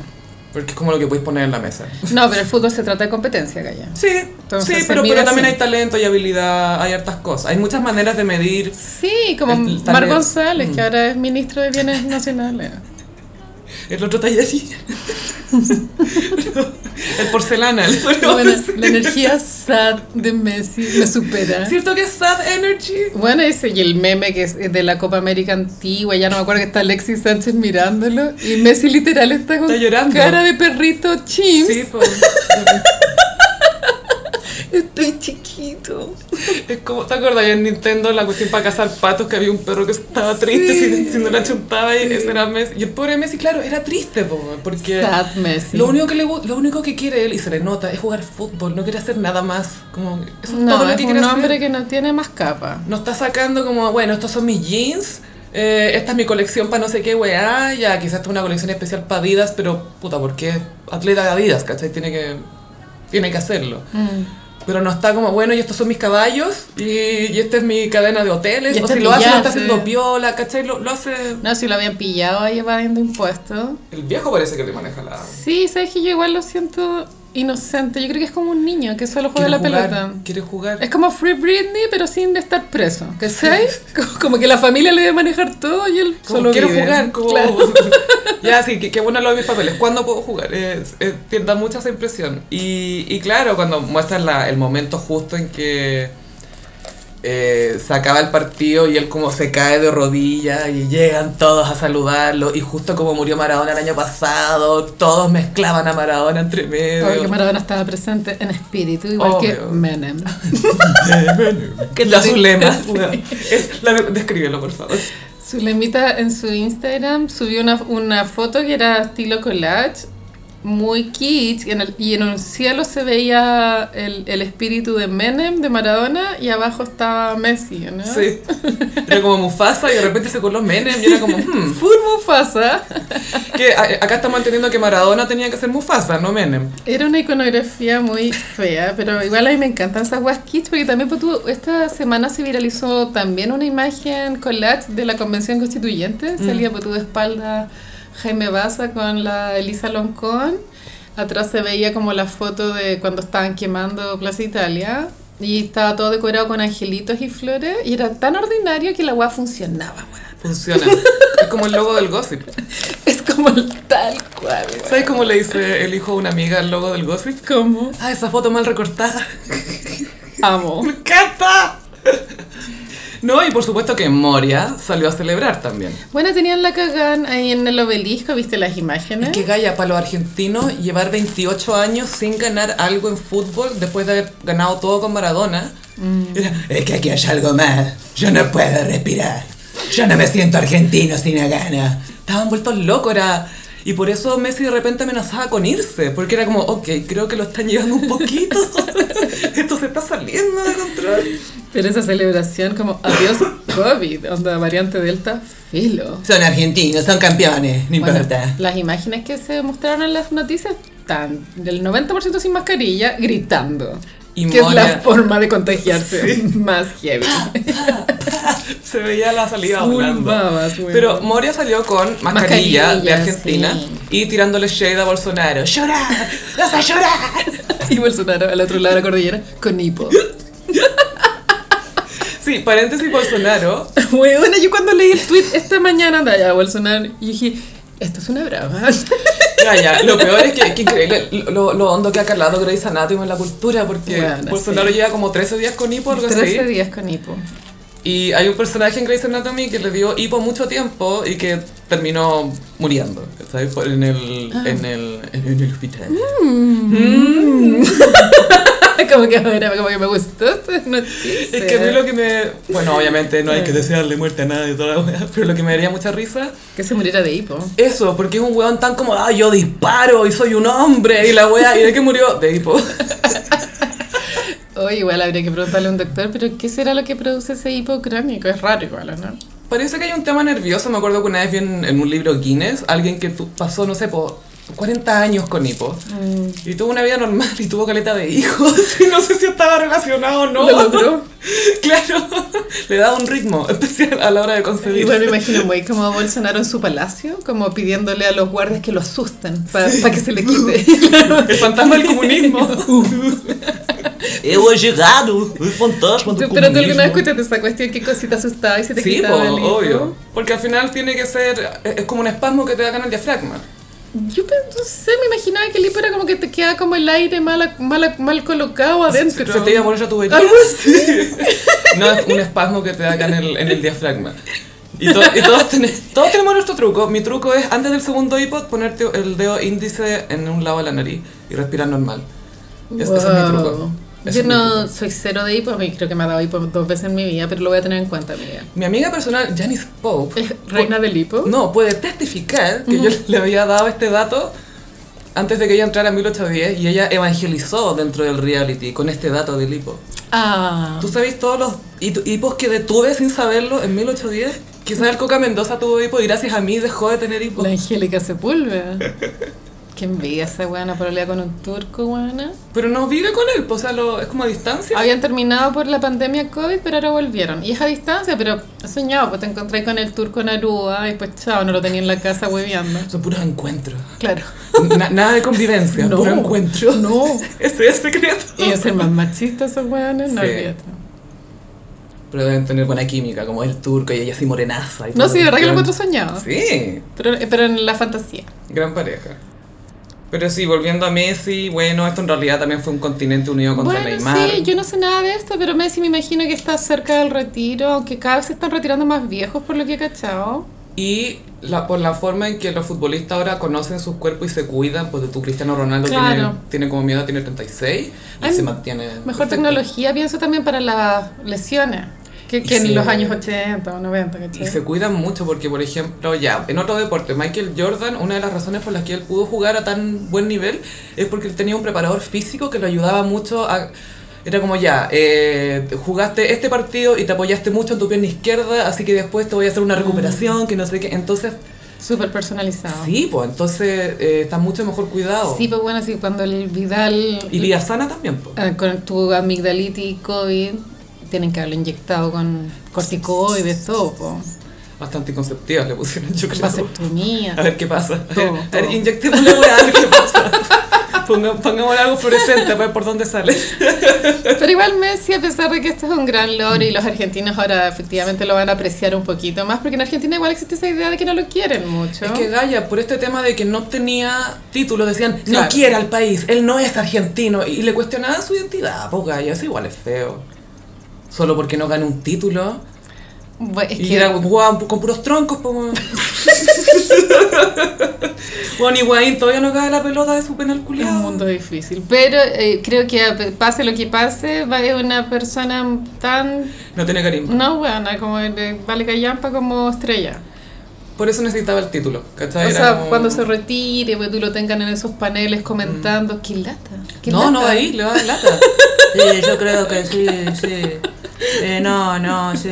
Speaker 1: Porque es como lo que podéis poner en la mesa.
Speaker 2: No, pero el fútbol se trata de competencia, Gaya.
Speaker 1: Sí,
Speaker 2: Entonces,
Speaker 1: sí,
Speaker 2: se
Speaker 1: pero,
Speaker 2: mide
Speaker 1: pero también
Speaker 2: así.
Speaker 1: hay talento, hay habilidad, hay hartas cosas. Hay muchas maneras de medir
Speaker 2: Sí, como
Speaker 1: El- el
Speaker 2: Mar
Speaker 1: talento.
Speaker 2: González,
Speaker 1: Mm.
Speaker 2: que ahora es ministro de Bienes Nacionales.
Speaker 1: el otro tallerín. el porcelana, el <laughs>
Speaker 2: Bueno, la energía sad de Messi me supera.
Speaker 1: ¿Cierto que es Sad Energy?
Speaker 2: Bueno, ese y el meme que es de la Copa América antigua, ya no me acuerdo que está Alexis Sánchez mirándolo y Messi literal está con
Speaker 1: Está llorando.
Speaker 2: cara de perrito chimps.
Speaker 1: Sí, pues.
Speaker 2: Estoy chiquito.
Speaker 1: Es como, ¿te acuerdas? En Nintendo, la cuestión para cazar patos, que había un perro que estaba triste
Speaker 2: Sí.
Speaker 1: si, si no la chuntaba y ese era Messi. Y el pobre Messi, claro, era triste, po, porque
Speaker 2: Sad Messi.
Speaker 1: lo, único que le, gu- lo único que quiere él, y se le nota, es jugar fútbol, no quiere hacer nada más. Como, eso es
Speaker 2: no,
Speaker 1: todo lo
Speaker 2: es
Speaker 1: que
Speaker 2: un
Speaker 1: quiere hacer.
Speaker 2: hombre que no tiene más capa.
Speaker 1: No está sacando como, bueno, estos son mis jeans, eh, esta es mi colección para no sé qué weá, ya quizás esta es una colección especial para Adidas, pero puta, ¿por qué atleta de Adidas, cachai? Tiene que, tiene que hacerlo. Pero no está como, bueno, y estos son mis caballos, y, y esta es mi cadena de hoteles,
Speaker 2: Y
Speaker 1: o
Speaker 2: este
Speaker 1: si
Speaker 2: es
Speaker 1: lo
Speaker 2: mi
Speaker 1: hace, lo está
Speaker 2: yate.
Speaker 1: haciendo piola, cachai, lo, lo hace...
Speaker 2: No, si lo habían pillado ahí evadiendo impuestos.
Speaker 1: El viejo parece que le maneja la...
Speaker 2: Sí, sabes que yo igual lo siento inocente. Yo creo que es como un niño que solo juega la
Speaker 1: jugar,
Speaker 2: pelota.
Speaker 1: Quiere jugar.
Speaker 2: Es como Free Britney, pero sin estar preso, ¿cachai? <laughs> Como- Como que la familia le debe manejar todo y él
Speaker 1: Como,
Speaker 2: solo
Speaker 1: quiero
Speaker 2: vive.
Speaker 1: jugar, como...
Speaker 2: Claro.
Speaker 1: <laughs> ya, sí, qué, qué bueno lo de mis papeles. ¿Cuándo puedo jugar? Es- es- te da mucha esa impresión. Y, y claro, cuando muestran la- el momento justo en que eh, se acaba el partido y él como se cae de rodillas y llegan todos a saludarlo. Y justo como murió Maradona el año pasado, todos mezclaban a Maradona entre medio.
Speaker 2: Porque Maradona estaba presente en espíritu, igual que
Speaker 1: Obvio. <laughs>
Speaker 2: Menem.
Speaker 1: que la su <laughs> lema. Es- la- descríbelo, por favor.
Speaker 2: Zulemita en su Instagram subió una, una foto que era estilo collage, muy kitsch, y en el, y en el cielo se veía el, el espíritu de Menem, de Maradona, y abajo estaba Messi, ¿no?
Speaker 1: Sí. Era como Mufasa y de repente se coló Menem y era como... hmm.
Speaker 2: Full Mufasa.
Speaker 1: Que a- acá estamos entendiendo que Maradona tenía que ser Mufasa, no Menem.
Speaker 2: Era una iconografía muy fea, pero igual a mí me encantan esas weas kitsch, porque también pues, tú, esta semana se viralizó también una imagen collage de la convención constituyente. Salía por tu de espalda Jaime Baza con la Elisa Loncón. Atrás se veía como la foto de cuando estaban quemando Plaza Italia. Y estaba todo decorado con angelitos y flores. Y era tan ordinario que la wea funcionaba, wea.
Speaker 1: Funciona. Es como el logo del gossip.
Speaker 2: <laughs> Es como el tal cual, wea.
Speaker 1: ¿Sabes cómo le dice el hijo a una amiga el logo del gossip?
Speaker 2: Como
Speaker 1: Ah, esa foto mal recortada. <laughs>
Speaker 2: amo.
Speaker 1: ¡Me encanta! No, y por supuesto que Moria salió a celebrar también.
Speaker 2: Bueno, tenían la cagán ahí en el obelisco, ¿viste las imágenes?
Speaker 1: Es que Gaya, para los argentinos, llevar 28 años sin ganar algo en fútbol después de haber ganado todo con Maradona. era,
Speaker 3: Es que aquí hay algo más. Yo no puedo respirar. Yo no me siento argentino sin la gana.
Speaker 1: estaban vueltos locos, era... Y por eso Messi de repente amenazaba con irse, porque era como, ok, creo que lo están llevando un poquito. <laughs> Esto se está saliendo de control.
Speaker 2: Pero esa celebración como adiós COVID, onda variante Delta, filo.
Speaker 3: Son argentinos, son campeones, no
Speaker 2: Bueno,
Speaker 3: importa.
Speaker 2: las imágenes que se mostraron en las noticias están del 90% sin mascarilla gritando.
Speaker 1: Y
Speaker 2: que es la
Speaker 1: Moria-
Speaker 2: forma de contagiarse
Speaker 1: Sí.
Speaker 2: más heavy.
Speaker 1: <laughs> Se veía la salida
Speaker 2: Full
Speaker 1: volando.
Speaker 2: babas, güey.
Speaker 1: Pero Moria salió con mascarilla,
Speaker 2: Mascarilla,
Speaker 1: de Argentina
Speaker 2: sí.
Speaker 1: y tirándole shade a Bolsonaro. ¡Llorar! ¡Vas a llorar!
Speaker 2: <laughs> y Bolsonaro al otro lado de la cordillera con <laughs> hipo.
Speaker 1: Sí, paréntesis Bolsonaro.
Speaker 2: Bueno, yo cuando leí el tweet esta mañana de allá Bolsonaro, yo dije, esto es una <laughs> brava.
Speaker 1: Ya, ya, lo peor es que, que increíble lo, lo hondo que ha calado Grey's Anatomy en la cultura, porque
Speaker 2: Bueno,
Speaker 1: Bolsonaro
Speaker 2: sí.
Speaker 1: lleva como 13 días con hipo, algo
Speaker 2: 13
Speaker 1: así.
Speaker 2: días con hipo.
Speaker 1: Y hay un personaje en Grey's Anatomy que le dio hipo mucho tiempo y que terminó muriendo, ¿sabes? Por- En el,
Speaker 2: Ah.
Speaker 1: en el, en el hospital.
Speaker 2: <laughs> como que ahora, como que me gustó esta noticia.
Speaker 1: Es que a mí lo que me. Bueno, obviamente no hay que desearle muerte a nadie, toda la wea, <laughs> pero lo que me daría mucha risa.
Speaker 2: Que se muriera de hipo.
Speaker 1: Eso, porque es un weón tan como, ah, yo disparo y soy un hombre y la wea, ¿y de qué murió? De hipo.
Speaker 2: Oye, igual habría que preguntarle a un doctor, pero ¿qué será lo que produce ese hipo crónico? Es raro igual, ¿o ¿no?
Speaker 1: <laughs> Parece que hay un tema nervioso. Me acuerdo que una vez vi en, en un libro Guinness alguien que tu- pasó, no sé, por 40 años con hipo
Speaker 2: Mm,
Speaker 1: y tuvo una vida normal y tuvo caleta de hijos. <laughs> Y no sé si estaba relacionado o no.
Speaker 2: Lo <laughs> logró.
Speaker 1: <laughs> Claro, <laughs> le da un ritmo especial a la hora de concebir. <laughs>
Speaker 2: Igual me imagino muy como Bolsonaro en su palacio, como pidiéndole a los guardias que lo asusten para que se <laughs> le quite.
Speaker 1: El fantasma del
Speaker 2: <laughs>
Speaker 1: comunismo.
Speaker 2: Uh.
Speaker 3: Eu he llegado,
Speaker 1: um
Speaker 3: el fantasma
Speaker 2: ¿Tú- Pero tú alguna vez escuchaste esa cuestión, qué cosita asustaba y se te
Speaker 1: Sí, po,
Speaker 2: quitaba el hipo?
Speaker 1: obvio. Porque al final tiene que ser. Es es como un espasmo que te da en el diafragma.
Speaker 2: Yo pe- no sé, me imaginaba que el hipo era como que te quedaba como el aire mal, mal, mal colocado adentro.
Speaker 1: Se te iba por esa tubería.
Speaker 2: Algo así.
Speaker 1: <laughs> No, es un espasmo que te da acá en el, en el diafragma. Y, to- y todos, ten- todos tenemos nuestro truco. Mi truco es, antes del segundo iPod, ponerte el dedo índice en un lado de la nariz y respirar normal. Este Es- Ese es mi truco.
Speaker 2: Wow.
Speaker 1: Ese
Speaker 2: Yo
Speaker 1: es mi truco.
Speaker 2: no soy cero de hipo, a mí creo que me ha dado hipo dos veces en mi vida, pero lo voy a tener en cuenta, amiga.
Speaker 1: Mi amiga personal, Janice Pope,
Speaker 2: ¿Es reina del hipo?
Speaker 1: no, puede testificar que yo le había dado este dato antes de que ella entrara en 1810 y ella evangelizó dentro del reality con este dato del hipo.
Speaker 2: Ah.
Speaker 1: ¿Tú sabes todos los hit- hipos que detuve sin saberlo en 1810? Quizás el Coca Mendoza tuvo hipo y gracias a mí dejó de tener hipo.
Speaker 2: La
Speaker 1: <laughs>
Speaker 2: Angélica Sepúlveda. Qué envidia esa weona pololea con un turco, weona.
Speaker 1: Pero no vive con él, pues, o sea, lo- es como a distancia.
Speaker 2: Habían terminado por la pandemia COVID, pero ahora volvieron. Y es a distancia, pero he soñado, pues te encontré con el turco en Aruba y pues chao, no lo tenía en la casa hueveando.
Speaker 1: Son puros encuentros.
Speaker 2: Claro.
Speaker 1: Na- nada de convivencia,
Speaker 2: <laughs> No.
Speaker 1: puro encuentro.
Speaker 2: No.
Speaker 1: <laughs> Ese es el secreto.
Speaker 2: Y de ser más machistas esos weones, no
Speaker 1: Sí.
Speaker 2: olvídate.
Speaker 1: Pero deben tener buena química, como el turco y ella así morenaza. y
Speaker 2: No,
Speaker 1: todo
Speaker 2: sí, de verdad que lo
Speaker 1: cuestión.
Speaker 2: encuentro soñado.
Speaker 1: Sí,
Speaker 2: Pero, eh, pero en la fantasía.
Speaker 1: gran pareja. Pero sí, volviendo a Messi, bueno, esto en realidad también fue un continente unido contra
Speaker 2: Bueno,
Speaker 1: Neymar.
Speaker 2: sí, yo no sé nada de esto, pero Messi me imagino que está cerca del retiro, aunque cada vez se están retirando más viejos por lo que he cachado.
Speaker 1: Y la, por la forma en que los futbolistas ahora conocen sus cuerpos y se cuidan, pues tu Cristiano Ronaldo
Speaker 2: Claro.
Speaker 1: tiene, tiene como miedo, tiene 36 y
Speaker 2: Ay,
Speaker 1: se mantiene.
Speaker 2: Mejor
Speaker 1: perfecto.
Speaker 2: tecnología, pienso también para las lesiones, que, que
Speaker 1: Y
Speaker 2: en
Speaker 1: se-
Speaker 2: los años 80 o 90,
Speaker 1: Y
Speaker 2: ¿cachai?
Speaker 1: se cuidan mucho porque, por ejemplo, ya, en otro deporte, Michael Jordan, una de las razones por las que él pudo jugar a tan buen nivel es porque él tenía un preparador físico que lo ayudaba mucho a... Era como ya, eh, jugaste este partido y te apoyaste mucho en tu pierna izquierda, así que después te voy a hacer una recuperación, que no sé qué. Entonces,
Speaker 2: Súper personalizado.
Speaker 1: sí, pues, entonces eh, está mucho mejor cuidado.
Speaker 2: Ah. Sí, pues bueno, sí, cuando el Vidal
Speaker 1: Y Lía Sana también, pues. po.
Speaker 2: ah, con tu amigdalitis y COVID, tienen que haberlo inyectado con corticoides, todo, po.
Speaker 1: Bastante anticonceptivas le pusieron, yo creo.
Speaker 2: vasectomía.
Speaker 1: A ver qué pasa. A ver,
Speaker 2: Todo,
Speaker 1: a ver,
Speaker 2: todo.
Speaker 1: inyectémosle a ver qué pasa.
Speaker 2: <laughs>
Speaker 1: Ponga- pongámosle algo fluorescente a ver por dónde sale.
Speaker 2: Pero igual Messi, a pesar de que esto es un gran logro y los argentinos ahora efectivamente lo van a apreciar un poquito más, porque en Argentina igual existe esa idea de que no lo quieren mucho.
Speaker 1: Es que Gaia, por este tema de que no tenía título, decían, no
Speaker 2: Claro.
Speaker 1: quiere al país, él no es argentino. Y le cuestionaban su identidad. Pues Gaia, eso igual es feo. Solo porque no gana un título.
Speaker 2: Bueno, es
Speaker 1: y
Speaker 2: que-
Speaker 1: era, jugaba con puros troncos,
Speaker 2: <laughs>
Speaker 1: pues. Juan Higuaín todavía no cae la pelota de su penal
Speaker 2: Es
Speaker 1: culiado.
Speaker 2: un mundo difícil. Pero eh, creo que a pe- pase lo que pase, vale una persona tan.
Speaker 1: No tiene carisma.
Speaker 2: No, buena, como el de Vale Callampa como estrella.
Speaker 1: Por eso necesitaba el título, ¿cachai?
Speaker 2: o
Speaker 1: Era
Speaker 2: sea,
Speaker 1: como-
Speaker 2: cuando se retire, pues tú lo tengan en esos paneles comentando, qué lata. qué
Speaker 1: Mm. No, no,
Speaker 2: lata".
Speaker 1: ahí le va a dar lata.
Speaker 3: <laughs> Sí, yo creo que sí, sí. Eh, no, no, sí,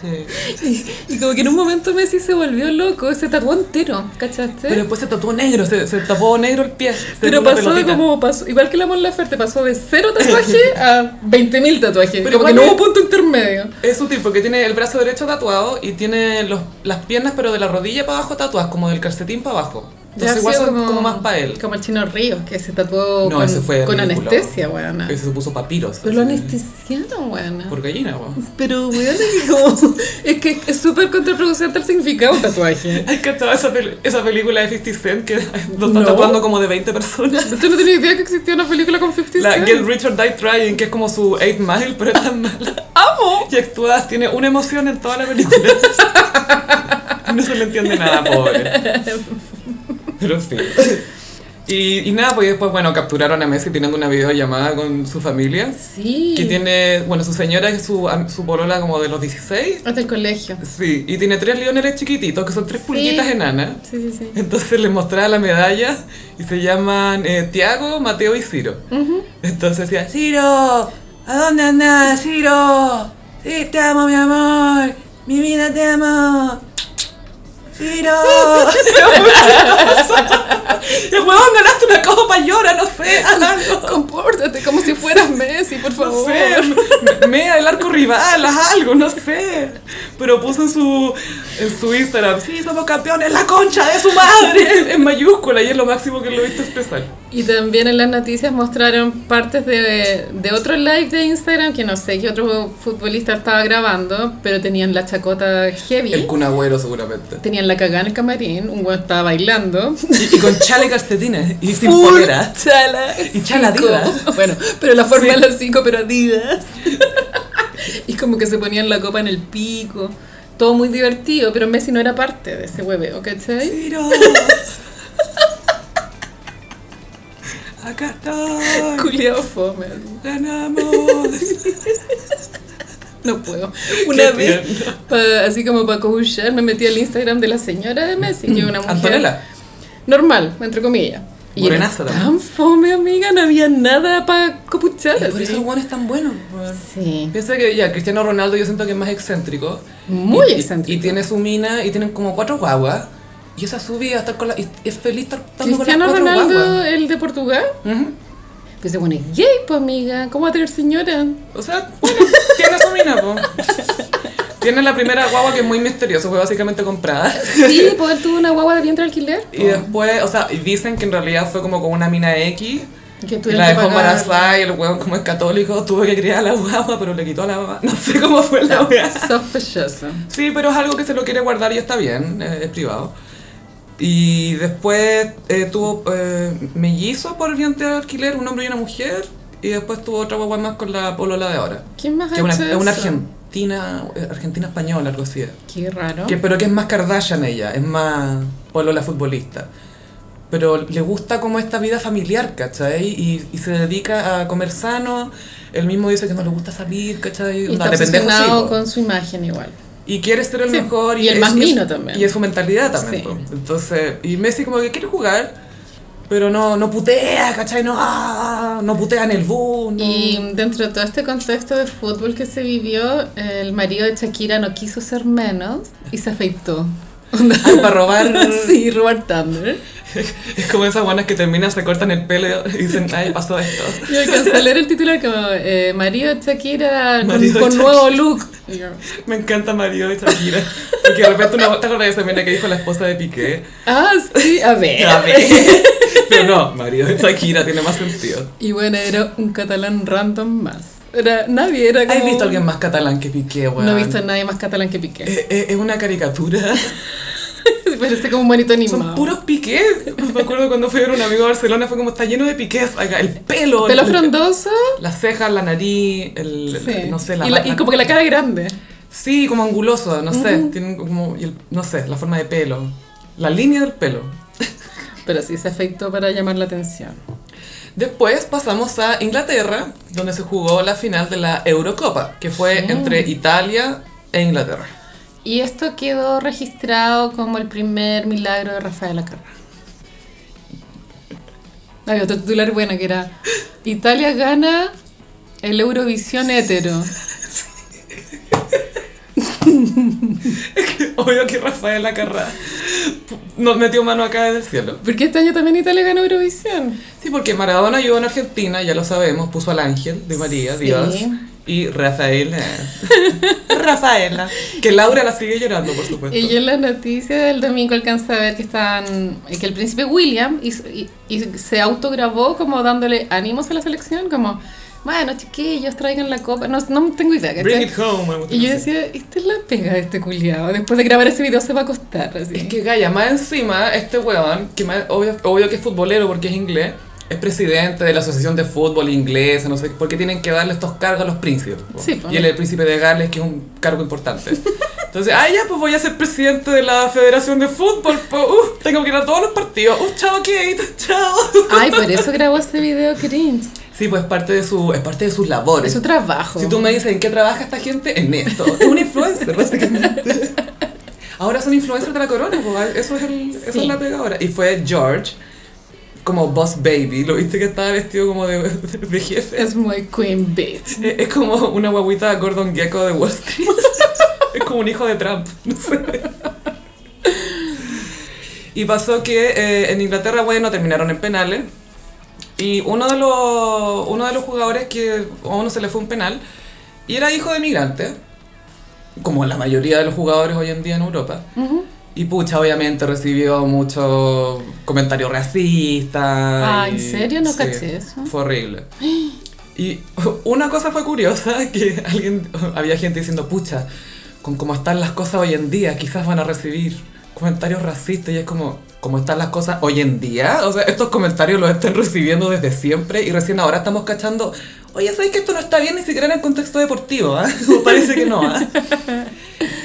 Speaker 3: sí.
Speaker 2: <laughs> Y, y como que en un momento Messi se volvió loco, se tatuó entero, ¿cachaste?
Speaker 1: Pero
Speaker 2: Pero,
Speaker 1: después se tatuó negro, se, se tapó negro el pie. se dio una
Speaker 2: pasó de
Speaker 1: pelotita.
Speaker 2: como, pasó, igual que la Mon Laferte, pasó de cero <laughs> tatuaje a 20.000 tatuajes.
Speaker 1: Pero
Speaker 2: Pero como que
Speaker 1: igual
Speaker 2: no
Speaker 1: es-
Speaker 2: hubo punto intermedio.
Speaker 1: Es un tipo que tiene el brazo derecho tatuado y tiene los, las piernas, pero de la rodilla para abajo tatuadas, como del calcetín para abajo. Entonces,
Speaker 2: Ya
Speaker 1: igual
Speaker 2: ha sido
Speaker 1: son como, más para él.
Speaker 2: Como el chino Ríos, que se tatuó
Speaker 1: No,
Speaker 2: con,
Speaker 1: ese fue
Speaker 2: con
Speaker 1: ridículo.
Speaker 2: anestesia, weona.
Speaker 1: Ese se puso papiros.
Speaker 2: Pero lo
Speaker 1: así,
Speaker 2: anestesiaron, weona.
Speaker 1: Por gallina, weón. <laughs>
Speaker 2: Pero, weona, <laughs> que como- es que es súper contraproducente el significado del tatuaje.
Speaker 1: Hay que esa, pel- esa película de 50 Cent que <laughs> lo está
Speaker 2: No.
Speaker 1: tatuando como de 20 personas.
Speaker 2: Usted no tenía idea que existía una película con 50
Speaker 1: La
Speaker 2: Cent.
Speaker 1: Get Richard Die Trying, que es como su 8 Mile, pero es tan mala. ¡Amo! Y actúa, tiene una emoción en toda la película. <laughs> No se le entiende nada, pobre. Pero sí. Y, y nada, pues después, bueno, capturaron a Messi teniendo una videollamada con su familia.
Speaker 2: Sí.
Speaker 1: Que tiene, bueno, su señora es su, am- su polola como de los 16.
Speaker 2: Hasta el colegio.
Speaker 1: Sí, y tiene tres leoneles chiquititos, que son tres
Speaker 2: Sí.
Speaker 1: pulguitas enanas.
Speaker 2: Sí, sí,
Speaker 1: <laughs>
Speaker 2: sí.
Speaker 1: Entonces les mostraba la medalla y se llaman eh, Tiago, Mateo y Ciro. Entonces decía, Ciro, ¿a dónde andás, Ciro? Sí, te amo, mi amor. Mi vida, te amo. Ciro. El ¡Eh, huevón ganaste una copa, llora, no sé, haz algo.
Speaker 2: Compórtate como si fueras Messi, por
Speaker 1: No
Speaker 2: favor.
Speaker 1: sé, me- mea el arco rival, haz algo, no sé. Pero puso en su, en su Instagram, sí, somos campeones, la concha de su <laughs> madre, en mayúscula, y es lo máximo que lo he visto expresar.
Speaker 2: Y también en las noticias mostraron partes de, de otro live de Instagram que no sé qué otro futbolista estaba grabando, pero tenían la chacota heavy.
Speaker 1: cunagüero seguramente.
Speaker 2: Tenían la cagada en el camarín, un weón estaba bailando.
Speaker 1: Y, con chale calcetines, y <laughs> sin
Speaker 2: Full
Speaker 1: polera.
Speaker 2: Chala.
Speaker 1: Y chala
Speaker 2: cinco.
Speaker 1: Adidas.
Speaker 2: Bueno, pero la forma
Speaker 1: Sí.
Speaker 2: de las cinco, pero Adidas. <laughs> y como que se ponían la copa en el pico. Todo muy divertido, pero Messi no era parte de ese hueveo, ¿cachai?
Speaker 1: Ciro. Acá
Speaker 2: <laughs>
Speaker 1: estoy.
Speaker 2: Culeado fome.
Speaker 1: Ganamos. <laughs>
Speaker 2: No puedo. Una
Speaker 1: Qué
Speaker 2: vez, pa- así como para cobuchar, me metí al Instagram de la señora de Messi, que es una mujer
Speaker 1: Antonella.
Speaker 2: normal, entre comillas. Y era
Speaker 1: Morenaza también.
Speaker 2: tan fome, amiga, no había nada para copuchar. así.
Speaker 1: guan es tan bueno.
Speaker 2: Sí.
Speaker 1: Piensa que ya, Cristiano Ronaldo yo siento que es más excéntrico.
Speaker 2: Muy
Speaker 1: Y- y-
Speaker 2: excéntrico.
Speaker 1: Y tiene su mina y tienen como cuatro guaguas. Y esa subida a estar con la, y es feliz estar estando
Speaker 2: Cristiano
Speaker 1: con las cuatro
Speaker 2: Ronaldo,
Speaker 1: guaguas.
Speaker 2: el de Portugal,
Speaker 1: Ujú.
Speaker 2: pues se pone gay, pues amiga. ¿Cómo va a
Speaker 1: <laughs>
Speaker 2: tener señora?
Speaker 1: O sea, bueno, tiene su mina, po. Tiene la primera guagua que es muy misteriosa, fue básicamente comprada.
Speaker 2: Sí, pues él tuvo una guagua de vientre de alquiler.
Speaker 1: Y después, o sea, dicen que en realidad fue como con una mina X.
Speaker 2: Que
Speaker 1: Y
Speaker 2: tuvieron
Speaker 1: la
Speaker 2: que
Speaker 1: dejó
Speaker 2: pagar.
Speaker 1: embarazada y el huevón como es católico tuvo que criar a la guagua, pero le quitó a la mamá. No sé cómo fue la wea.
Speaker 2: Sospechoso.
Speaker 1: Sí, pero es algo que se lo quiere guardar y está bien, eh, es privado. Y después eh, tuvo eh, mellizo por vientre de alquiler, un hombre y una mujer. Y después tuvo otra guagua más con la polola de ahora.
Speaker 2: ¿Quién más
Speaker 1: Que
Speaker 2: ha
Speaker 1: es una,
Speaker 2: hecho
Speaker 1: es una
Speaker 2: Ah, eso?
Speaker 1: argentina, eh, argentina española, algo así. es.
Speaker 2: Qué raro.
Speaker 1: Que, pero que es más Kardashian ella, es más polola futbolista. Pero le gusta como esta vida familiar, ¿cachai? Y, y se dedica a comer sano. Él mismo dice que no le gusta salir, ¿cachai?
Speaker 2: Y
Speaker 1: Onda, de
Speaker 2: está
Speaker 1: pendejo sí,
Speaker 2: obsesionado
Speaker 1: po.
Speaker 2: con su imagen igual.
Speaker 1: Y quiere ser el
Speaker 2: Sí,
Speaker 1: mejor.
Speaker 2: y el
Speaker 1: es-
Speaker 2: más
Speaker 1: es-
Speaker 2: mino también.
Speaker 1: Y es su mentalidad también.
Speaker 2: Sí.
Speaker 1: po. Entonces, y Messi como que quiere jugar, pero no, no putea, ¿cachai? No, ah, no putea en el bus. no.
Speaker 2: Y dentro de todo este contexto de fútbol que se vivió, el marido de Shakira no quiso ser menos y se afeitó.
Speaker 1: Ay, para robar.
Speaker 2: <laughs> sí, Robert Thunder.
Speaker 1: Es como esas buenas que terminan, se cortan el pelo y dicen, ay, pasó esto.
Speaker 2: Yo alcancé a leer el titular como eh, marido de Shakira con,
Speaker 1: Marido de
Speaker 2: con
Speaker 1: Shakira.
Speaker 2: nuevo look. Y yo,
Speaker 1: Me encanta Mario de Shakira. Porque de repente una otra de esa mina que dijo la esposa de Piqué.
Speaker 2: ah, sí, a ver.
Speaker 1: A ver. Pero no, Mario de Shakira tiene más sentido.
Speaker 2: Y bueno, era un catalán random más. Era, nadie era como...
Speaker 1: ¿Has visto a alguien más catalán que Piqué, weón?
Speaker 2: No he visto a nadie más catalán que Piqué.
Speaker 1: Eh, eh, Es una caricatura.
Speaker 2: <laughs> Parece como un bonito animado.
Speaker 1: Son puros piqués. Me acuerdo cuando fui a ver a un amigo a Barcelona, fue como está lleno de piqués acá. El pelo.
Speaker 2: Pelo
Speaker 1: el-
Speaker 2: frondoso.
Speaker 1: Las cejas, la nariz, el, no sé, la,
Speaker 2: y, la- y como que la cara grande.
Speaker 1: Sí, como anguloso, no sé. Tienen como, y el- no sé, la forma de pelo. La línea del pelo.
Speaker 2: Pero sí se afectó para llamar la atención.
Speaker 1: Después pasamos a Inglaterra, donde se jugó la final de la Eurocopa, que fue entre Italia e Inglaterra. <laughs>
Speaker 2: Y esto quedó registrado como el primer milagro de Rafael Acarrá. Había otro titular bueno que era Italia gana el Eurovisión hétero.
Speaker 1: Obvio que Rafael Acarra nos metió mano acá desde el cielo.
Speaker 2: Porque este año también Italia ganó Eurovisión.
Speaker 1: Sí, porque Maradona ayudó en Argentina, ya lo sabemos, puso al ángel de María,
Speaker 2: Sí.
Speaker 1: Dios. Y Rafael. eh,
Speaker 2: <laughs>
Speaker 1: Rafaela. Que Laura la sigue llorando, por supuesto.
Speaker 2: Y yo en las noticias del domingo alcanza a ver que están que el príncipe William hizo- y, y se autograbó como dándole ánimos a la selección, como, bueno, chiquillos, traigan la copa. No, no tengo idea. ¿cachai?
Speaker 1: Bring it home. algo
Speaker 2: Y yo
Speaker 1: así.
Speaker 2: decía, esta es la pega de este culiado. Después de grabar ese video se va a acostar. Así.
Speaker 1: Es que Gaya, más encima, este weón, que más, obvio, obvio que es futbolero porque es inglés, es presidente de la Asociación de Fútbol Inglesa, no sé, porque tienen que darle estos cargos a los príncipes. po.
Speaker 2: Sí, po.
Speaker 1: y él es el príncipe de Gales, que es un cargo importante. Entonces, ah, ya, pues voy a ser presidente de la Federación de Fútbol, po. Uh, tengo que ir a todos los partidos. Uh, chao, Kate, <laughs> chao.
Speaker 2: Ay, por eso grabó ese video cringe.
Speaker 1: Sí, pues es parte de, su, es parte de sus
Speaker 2: Es
Speaker 1: labores.
Speaker 2: su trabajo.
Speaker 1: Si tú me dices en qué trabaja esta gente, en esto. Es un influencer, <laughs> básicamente. Ahora son influencers de la corona, po, eso es, el, eso
Speaker 2: Sí.
Speaker 1: es la pega ahora. Y fue George, como Boss Baby, lo viste que estaba vestido como de, de jefe.
Speaker 2: Es muy queen bitch.
Speaker 1: <laughs> Es, es como una guaguita Gordon Gecko de Wall Street. <laughs> es como un hijo de Trump, <laughs> no sé. Y pasó que eh, en Inglaterra, bueno, terminaron en penales. Y uno de los, uno de los jugadores que a uno se le fue un penal, y era hijo de migrante, como la mayoría de los jugadores hoy en día en Europa.
Speaker 2: Ujú.
Speaker 1: Y pucha, obviamente recibió mucho comentario racista.
Speaker 2: Ah,
Speaker 1: y-
Speaker 2: ¿en serio? No
Speaker 1: sí,
Speaker 2: caché eso.
Speaker 1: Fue
Speaker 2: <gasps>
Speaker 1: horrible. Y una cosa fue curiosa, <laughs> que alguien, había gente diciendo, pucha, con cómo están las cosas hoy en día, quizás van a recibir comentarios racistas. Y es como, ¿cómo están las cosas hoy en día? O sea, estos comentarios los están recibiendo desde siempre y recién ahora estamos cachando, oye, ¿sabes que esto no está bien ni siquiera en el contexto deportivo? ah? <laughs> Como parece que no, ¿ah?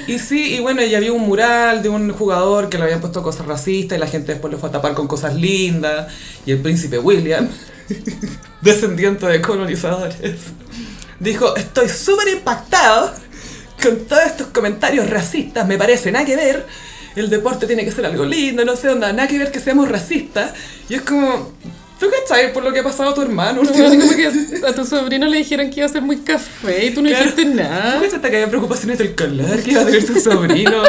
Speaker 1: Y sí, y bueno, y había un mural de un jugador que le habían puesto cosas racistas y la gente después lo fue a tapar con cosas lindas. Y el príncipe William, <laughs> descendiente de colonizadores, dijo, estoy súper impactado con todos estos comentarios racistas, me parece nada que ver. El deporte tiene que ser algo lindo, no sé, onda, nada que ver que seamos racistas. Y es como, ¿tú cachai por lo que ha pasado a tu
Speaker 2: <laughs>
Speaker 1: hermano?
Speaker 2: Tú
Speaker 1: últimamente?
Speaker 2: así como
Speaker 1: <laughs>
Speaker 2: que a tu sobrino le dijeron que iba a ser muy café y tú no
Speaker 1: Claro. Pues,
Speaker 2: dijiste nada.
Speaker 1: ¿Tú pensaste que había preocupaciones del color que iba a tener tu
Speaker 2: <laughs>
Speaker 1: sobrino?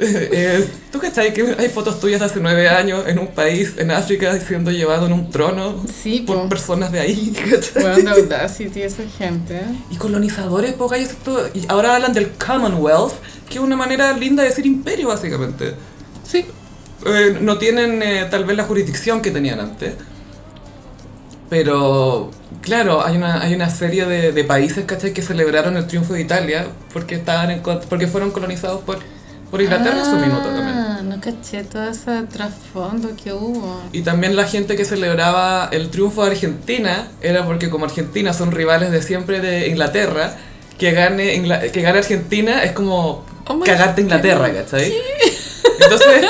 Speaker 1: Eh, eh, ¿Tú cachai que hay fotos tuyas de hace nueve años en un país, en África, siendo llevado en un trono
Speaker 2: Sí,
Speaker 1: por
Speaker 2: po.
Speaker 1: personas de ahí? <laughs> ¿cachai?
Speaker 2: Weón de Audacity, esa gente.
Speaker 1: Y colonizadores, po, gallos, esto- y ahora hablan del Commonwealth, que es una manera linda de decir imperio, básicamente.
Speaker 2: Sí.
Speaker 1: Eh, no tienen eh, tal vez la jurisdicción que tenían antes. Pero, claro, hay una, hay una serie de, de países, ¿cachai? Que celebraron el triunfo de Italia porque, estaban en cont- porque fueron colonizados por, por Inglaterra en su minuto también.
Speaker 2: Ah, No caché todo ese trasfondo que
Speaker 1: <laughs>
Speaker 2: hubo.
Speaker 1: Y también la gente que celebraba el triunfo de Argentina era porque como Argentina son rivales de siempre de Inglaterra, que gane, Ingla- que gane Argentina es como
Speaker 2: Oh my
Speaker 1: cagarte a Inglaterra, ¿cachai? <laughs> Entonces,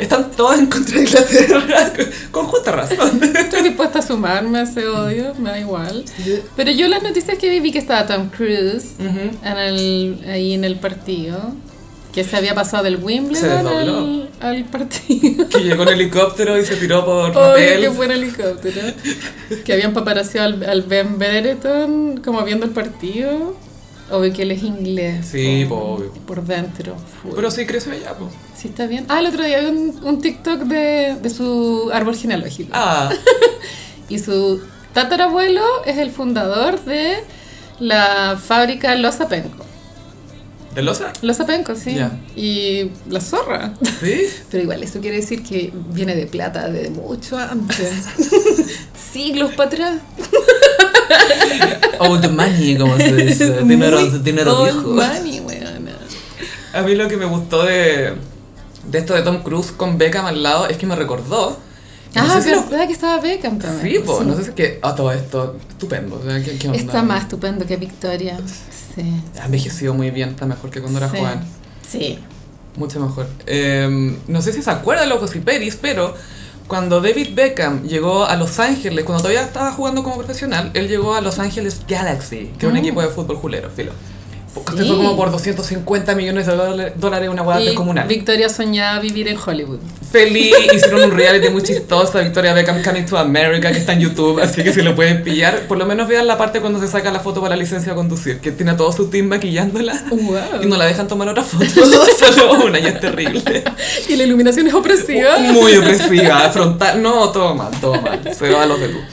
Speaker 1: están todos en contra de Inglaterra, <laughs> con justa razón.
Speaker 2: Estoy dispuesta a sumarme a ese odio, me da igual. Pero yo las noticias que vi vi que estaba Tom Cruise
Speaker 1: Ujú.
Speaker 2: en el, ahí en el partido, que se había pasado del
Speaker 1: Se
Speaker 2: Wimbledon
Speaker 1: desdobló.
Speaker 2: al, al
Speaker 1: <laughs>
Speaker 2: partido.
Speaker 1: Que llegó en helicóptero y se tiró por
Speaker 2: <laughs> Oye, qué
Speaker 1: papel.
Speaker 2: buen helicóptero. Que habían paparazziado al, al Ben Brereton como viendo el partido. Obvio que él es inglés.
Speaker 1: Sí,
Speaker 2: po,
Speaker 1: po, obvio.
Speaker 2: Por dentro. full.
Speaker 1: Pero sí creció allá, pues.
Speaker 2: Sí, está bien. Ah, el otro día vi un, un TikTok de, de su árbol genealógico.
Speaker 1: Ah,
Speaker 2: Y su tatarabuelo es el fundador de la fábrica Loza Penco.
Speaker 1: ¿de losa?
Speaker 2: Loza Penco, sí.
Speaker 1: Ya.
Speaker 2: Y la zorra.
Speaker 1: <laughs> Sí.
Speaker 2: Pero igual, eso quiere decir que viene de plata de mucho <laughs> antes. Siglos para atrás.
Speaker 3: Old money, como se
Speaker 2: <laughs>
Speaker 3: dice.
Speaker 2: Muy
Speaker 3: Dinero, dinero
Speaker 2: old
Speaker 3: viejo.
Speaker 2: money, weona.
Speaker 1: A mí lo que me gustó de, de esto de Tom Cruise con Beckham al lado es que me recordó. No
Speaker 2: Ah,
Speaker 1: sé si lo-
Speaker 2: verdad que estaba Beckham también.
Speaker 1: Sí, po,
Speaker 2: Sí.
Speaker 1: no sé si es que. Ah, todo esto, estupendo. o sea, ¿qué- qué onda?
Speaker 2: Está más estupendo que Victoria. Sí.
Speaker 1: Ha envejecido muy bien, está mejor que cuando era
Speaker 2: Sí.
Speaker 1: joven.
Speaker 2: Sí.
Speaker 1: Mucho mejor. Eh, no sé si se acuerdan los gossiperis, pero cuando David Beckham llegó a Los Ángeles, cuando todavía estaba jugando como profesional, él llegó a Los Ángeles Galaxy, que era un
Speaker 2: Mm.
Speaker 1: equipo de fútbol julero, filo. Usted fue como por 250 millones de dólares- dólares una hueá
Speaker 2: Y
Speaker 1: descomunal.
Speaker 2: Victoria soñaba vivir en Hollywood.
Speaker 1: Feliz, hicieron un reality muy chistoso, Victoria Beckham Coming to America, que está en YouTube, así que si lo pueden pillar, por lo menos vean la parte cuando se saca la foto para la licencia a conducir, que tiene a todo su team maquillándola
Speaker 2: Wow.
Speaker 1: y no la dejan tomar otra foto, <laughs> solo una, y es terrible.
Speaker 2: Y la iluminación es
Speaker 1: <laughs>
Speaker 2: opresiva.
Speaker 1: Muy opresiva, frontal. No, todo mal, todo mal. Se va a los de luz.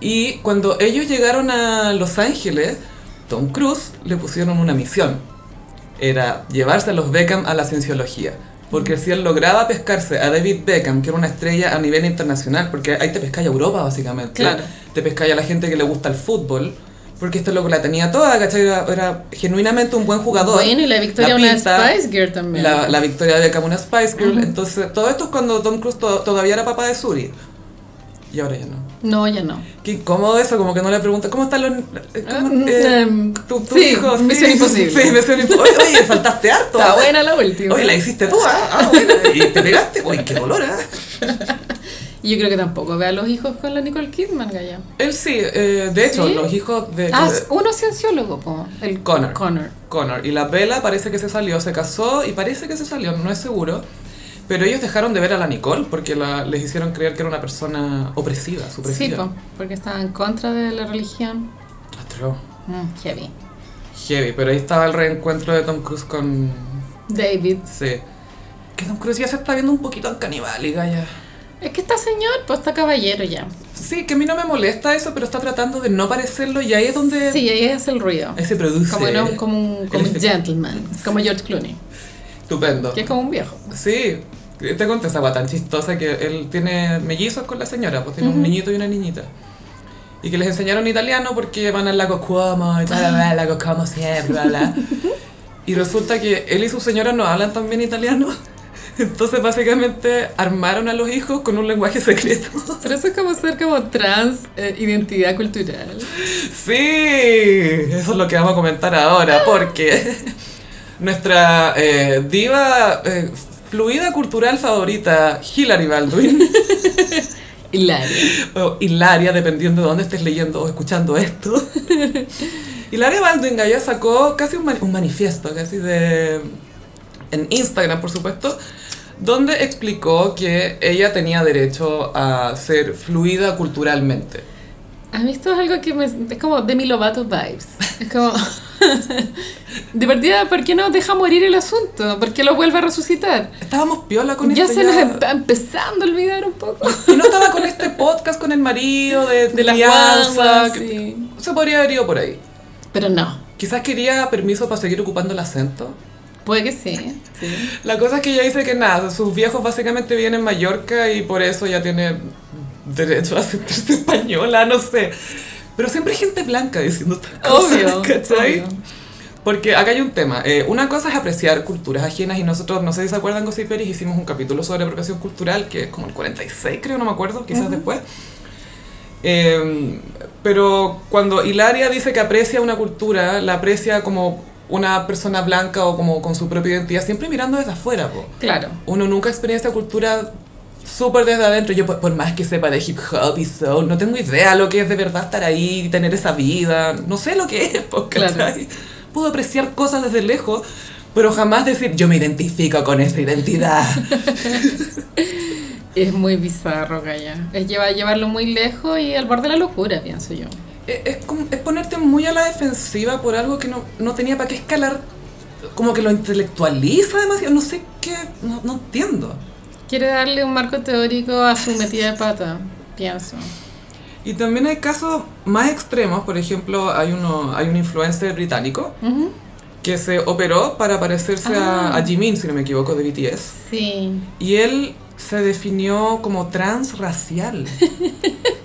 Speaker 1: Y cuando ellos llegaron a Los Ángeles, Tom Cruise le pusieron una misión. Era llevarse a los Beckham a la cienciología. Porque si él lograba pescarse a David Beckham, que era una estrella a nivel internacional, porque ahí te pescáis a Europa básicamente,
Speaker 2: Claro.
Speaker 1: te pescáis a la gente que le gusta el fútbol, porque este loco la tenía toda, ¿cachai? Era, era genuinamente un buen jugador.
Speaker 2: Bueno, y la Victoria una
Speaker 1: pinta,
Speaker 2: Spice Girl también.
Speaker 1: la, la victoria de Beckham, una Spice Girl. Entonces, todo esto es cuando Tom Cruise to- todavía era papá de Suri. Y ahora ya no.
Speaker 2: No, ya no.
Speaker 1: Qué incómodo eso, como que no le pregunta, ¿cómo están los... eh, cómo,
Speaker 2: Ah,
Speaker 1: eh,
Speaker 2: em,
Speaker 1: tu, tu
Speaker 2: sí,
Speaker 1: hijo?
Speaker 2: Misión Imposible.
Speaker 1: Sí, misión imposible. Oye, oye, saltaste harto.
Speaker 2: Está
Speaker 1: ah.
Speaker 2: buena la última.
Speaker 1: Oye, la hiciste tú, ah, ah, bueno. Y te pegaste. Oye, qué dolor, ah.
Speaker 2: Y yo creo que tampoco ve a los hijos con la Nicole Kidman, Gaya.
Speaker 1: Él sí, eh, de hecho,
Speaker 2: ¿Sí?
Speaker 1: los hijos de...
Speaker 2: Ah,
Speaker 1: de-
Speaker 2: uno es cienciólogo, po. El
Speaker 1: Connor.
Speaker 2: Connor.
Speaker 1: Connor. Y la Bella parece que se salió, se casó y parece que se salió, no es seguro. Pero ellos dejaron de ver a la Nicole porque la- les hicieron creer que era una persona opresiva,
Speaker 2: Sí,
Speaker 1: supresiva.
Speaker 2: po, porque estaba en contra de la religión.
Speaker 1: Atro.
Speaker 2: Mm, heavy.
Speaker 1: Heavy, pero ahí estaba el reencuentro de Tom Cruise con...
Speaker 2: David.
Speaker 1: Sí. Que Tom Cruise ya se está viendo un poquito en caníbalica ya.
Speaker 2: Es que está señor, pues está caballero ya.
Speaker 1: Sí, que a mí no me molesta eso, pero está tratando de no parecerlo y ahí es donde...
Speaker 2: Sí, ahí hace el ruido.
Speaker 1: Ese produce.
Speaker 2: Como, no, como un, como un
Speaker 1: Él-
Speaker 2: gentleman. Como George Clooney,
Speaker 1: Estupendo.
Speaker 2: que es como un viejo.
Speaker 1: Sí, te conté esa guay tan chistosa que él tiene mellizos con la señora, pues tiene un niñito y una niñita. Y que les enseñaron italiano porque van al lago Como y tal, bla, bla, lago Como siempre, bla, bla. Y resulta que él y su señora no hablan tan bien italiano. <laughs> Entonces básicamente armaron a los hijos con un lenguaje secreto.
Speaker 2: Pero eso es como ser como trans, eh, identidad cultural.
Speaker 1: Sí, eso es lo que vamos a comentar ahora, porque <laughs> nuestra eh, diva eh, fluida cultural favorita, Hilary Baldwin,
Speaker 2: Hilario.
Speaker 1: o Hilaria, dependiendo de dónde estés leyendo o escuchando esto. <laughs> Hilaria Baldwin Gaya sacó casi un, mani- un manifiesto, casi de. en Instagram, por supuesto, donde explicó que ella tenía derecho a ser fluida culturalmente.
Speaker 2: A mí esto es algo que me, es como Demi Lovato vibes. Es como... <laughs> De partida, ¿por qué no deja morir el asunto? ¿Por qué lo vuelve a resucitar?
Speaker 1: Estábamos piola con
Speaker 2: ya
Speaker 1: esto.
Speaker 2: se nos está <laughs> empezando a olvidar un poco.
Speaker 1: Y no estaba con este podcast con el marido de,
Speaker 2: <laughs> De las
Speaker 1: crianza,
Speaker 2: guaguas,
Speaker 1: que-
Speaker 2: sí.
Speaker 1: Se podría haber ido por ahí.
Speaker 2: Pero no,
Speaker 1: Quizás quería permiso para seguir ocupando el acento.
Speaker 2: puede que sí. sí.
Speaker 1: La cosa es que ella dice que nada, sus viejos básicamente viven en Mallorca y por eso ya tiene derecho a sentirse <laughs> española, no sé. Pero siempre hay gente blanca diciendo estas cosas, <laughs>
Speaker 2: Obvio,
Speaker 1: ¿cachai?
Speaker 2: obvio.
Speaker 1: Porque acá hay un tema. eh, una cosa es apreciar culturas ajenas y nosotros, no sé si se acuerdan, Gossiperis, hicimos un capítulo sobre apropiación cultural, que es como el 46, creo, no me acuerdo, quizás después. Eh, pero cuando Hilaria dice que aprecia una cultura, la aprecia como una persona blanca o como con su propia identidad, siempre mirando desde afuera. po.
Speaker 2: Claro.
Speaker 1: Uno nunca experiencia cultura súper desde adentro. Yo, por, por más que sepa de hip hop y soul, no tengo idea lo que es de verdad estar ahí y tener esa vida. No sé lo que es, <laughs> po,
Speaker 2: Claro.
Speaker 1: ¿cachai? Puedo apreciar cosas desde lejos, pero jamás decir yo me identifico con esa identidad.
Speaker 2: Es muy bizarro, Gaya. Es lleva- llevarlo muy lejos y al borde de la locura, pienso yo.
Speaker 1: Es, es como- es ponerte muy a la defensiva por algo que no, no tenía para qué escalar. Como que lo intelectualiza demasiado. No sé qué. No, no entiendo.
Speaker 2: Quiere darle un marco teórico a su metida de pata, pienso.
Speaker 1: Y también hay casos más extremos. Por ejemplo, hay, uno, hay un influencer británico
Speaker 2: Ujú.
Speaker 1: que se operó para parecerse a,
Speaker 2: Ah.
Speaker 1: a Jimin, si no me equivoco, de BTS.
Speaker 2: Sí.
Speaker 1: Y él se definió como
Speaker 2: <laughs>
Speaker 1: transracial.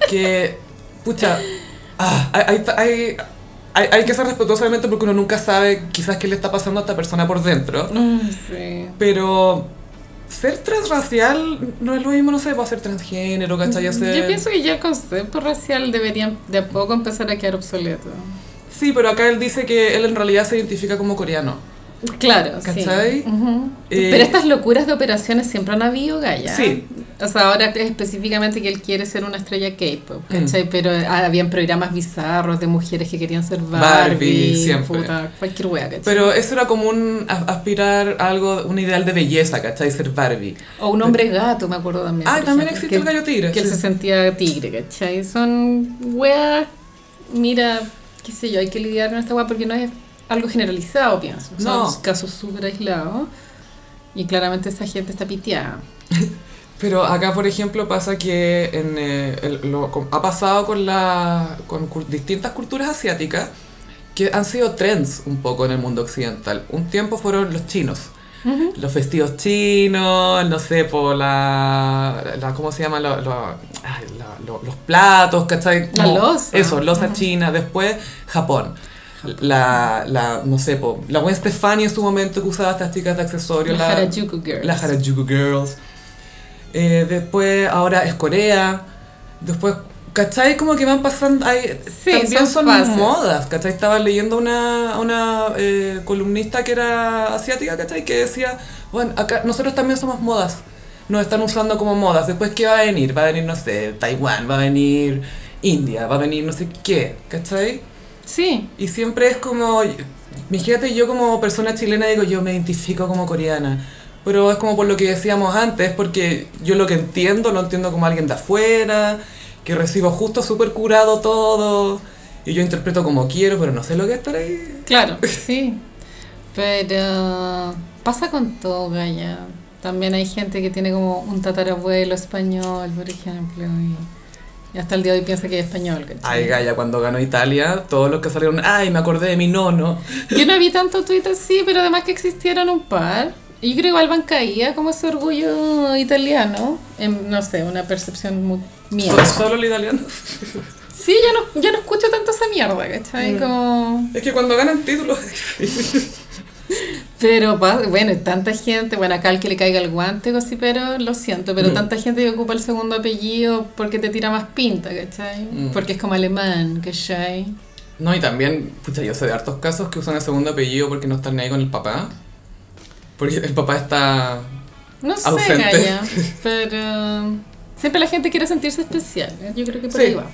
Speaker 1: que, pucha, ah, hay, hay- hay- hay que ser respetuoso obviamente porque uno nunca sabe quizás qué le está pasando a esta persona por dentro.
Speaker 2: Mm, sí.
Speaker 1: Pero ser transracial no es lo mismo, no sé, va a ser transgénero, ¿cachai? Ser...
Speaker 2: Mm, Yo pienso que ya el concepto racial debería de a poco empezar a quedar obsoleto.
Speaker 1: Sí, pero acá él dice que él en realidad se identifica como coreano.
Speaker 2: Claro,
Speaker 1: ¿Cachai?
Speaker 2: sí. Ujú.
Speaker 1: Eh,
Speaker 2: Pero estas locuras de operaciones siempre han habido, Gaya.
Speaker 1: Sí,
Speaker 2: O sea, ahora específicamente que él quiere ser una estrella K-pop, ¿cachai?
Speaker 1: Mm.
Speaker 2: Pero ah, habían programas bizarros de mujeres que querían ser Barbie,
Speaker 1: Barbie, siempre.
Speaker 2: puta, cualquier wea, ¿cachai?
Speaker 1: Pero eso era como un a- aspirar a algo, un ideal de belleza, ¿cachai? Ser Barbie.
Speaker 2: o un hombre gato, me acuerdo también.
Speaker 1: eh, Ah,
Speaker 2: por
Speaker 1: también
Speaker 2: ejemplo,
Speaker 1: existe
Speaker 2: que
Speaker 1: el gallo tigre,
Speaker 2: Que él
Speaker 1: sí.
Speaker 2: se sentía tigre, ¿cachai? Son weas, mira, qué sé yo, hay que lidiar con esta wea porque no es algo generalizado, pienso.
Speaker 1: No.
Speaker 2: Son casos súper aislados y claramente esa gente está piteada.
Speaker 1: Pero acá, por ejemplo, pasa que en, eh, el- lo- com- ha pasado con, la, con cul- distintas culturas asiáticas que han sido trends un poco en el mundo occidental. Un tiempo fueron los chinos. Los vestidos chinos, no sé, por la, la- ¿Cómo se llama? Lo- lo- ay, la- lo- los platos, ¿cachai?
Speaker 2: La
Speaker 1: Como-
Speaker 2: loza.
Speaker 1: Eso, losa china. Después, Japón. La, la, no sé, po, la Gwen Stefani en su momento que usaba estas chicas de accesorios.
Speaker 2: Las
Speaker 1: la-
Speaker 2: Harajuku Girls.
Speaker 1: las Harajuku Girls. Eh, después, ahora es Corea. Después, ¿cachai? Como que van pasando. Hay,
Speaker 2: Sí,
Speaker 1: también son,
Speaker 2: son fases.
Speaker 1: modas, ¿cachai? Estaba leyendo una, una eh, columnista que era asiática, ¿cachai? Que decía, bueno, acá nosotros también somos modas. Nos están usando como modas. Después, ¿qué va a venir? Va a venir, no sé, Taiwán, va a venir India, va a venir no sé qué, ¿cachai?
Speaker 2: Sí,
Speaker 1: Y siempre es como, fíjate, yo como persona chilena digo, yo me identifico como coreana. Pero es como por lo que decíamos antes, porque yo lo que entiendo, lo entiendo como alguien de afuera, que recibo justo súper curado todo, y yo interpreto como quiero, pero no sé lo que es estar ahí.
Speaker 2: Claro, sí. Pero pasa con todo, Gaya. También hay gente que tiene como un tatarabuelo español, por ejemplo, y, y hasta el día de hoy piensa que es español. ¿cachai?
Speaker 1: Ay, Gaia, cuando ganó Italia, todos los que salieron, ay, me acordé de mi nono.
Speaker 2: Yo no vi tanto tweet así, pero además que existieron un par. Y yo creo que igual van caía como ese orgullo italiano, en, no sé, una percepción muy mía.
Speaker 1: Solo, solo el italiano.
Speaker 2: Sí, ya no, ya no escucho tanto esa mierda, ¿cachai? Como...
Speaker 1: Es que cuando ganan títulos...
Speaker 2: Pero, pa- bueno, y tanta gente, bueno, acá al que le caiga el guante, así, pero lo siento, pero
Speaker 1: Mm.
Speaker 2: tanta gente que ocupa el segundo apellido porque te tira más pinta, ¿cachai?
Speaker 1: Mm.
Speaker 2: Porque es como alemán, ¿cachai?
Speaker 1: No, y también, pucha, yo sé de hartos casos que usan el segundo apellido porque no están ni ahí con el papá. Porque el papá está...
Speaker 2: No sé,
Speaker 1: Ausente. <laughs>
Speaker 2: Gaya, pero siempre la gente quiere sentirse especial, ¿eh? yo creo que por
Speaker 1: Sí.
Speaker 2: ahí va.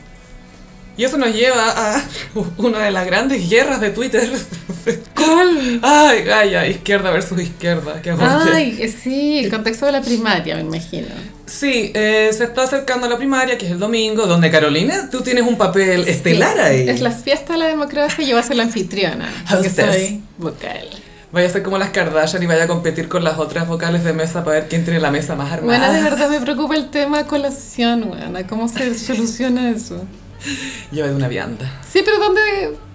Speaker 1: Y eso nos lleva a <laughs> una de las grandes guerras de Twitter. <laughs>
Speaker 2: ¿Cuál?
Speaker 1: Ay, Gaia, izquierda versus izquierda. Qué fuerte.
Speaker 2: Ay, eh, sí, el contexto de la primaria, me imagino.
Speaker 1: Sí, eh, se está acercando la primaria, que es el domingo, donde Carolina, tú tienes un papel estelar
Speaker 2: Sí,
Speaker 1: ahí. Ah,
Speaker 2: Es la fiesta de la democracia y yo voy a ser la anfitriona, porque
Speaker 1: Hostess.
Speaker 2: soy vocal.
Speaker 1: Vaya a ser como las Kardashian y vaya a competir con las otras vocales de mesa para ver quién tiene la mesa más armada.
Speaker 2: Bueno, de verdad me preocupa el tema colación, buena. ¿Cómo se soluciona eso?
Speaker 1: Lleva de una vianda.
Speaker 2: Sí, pero ¿dónde,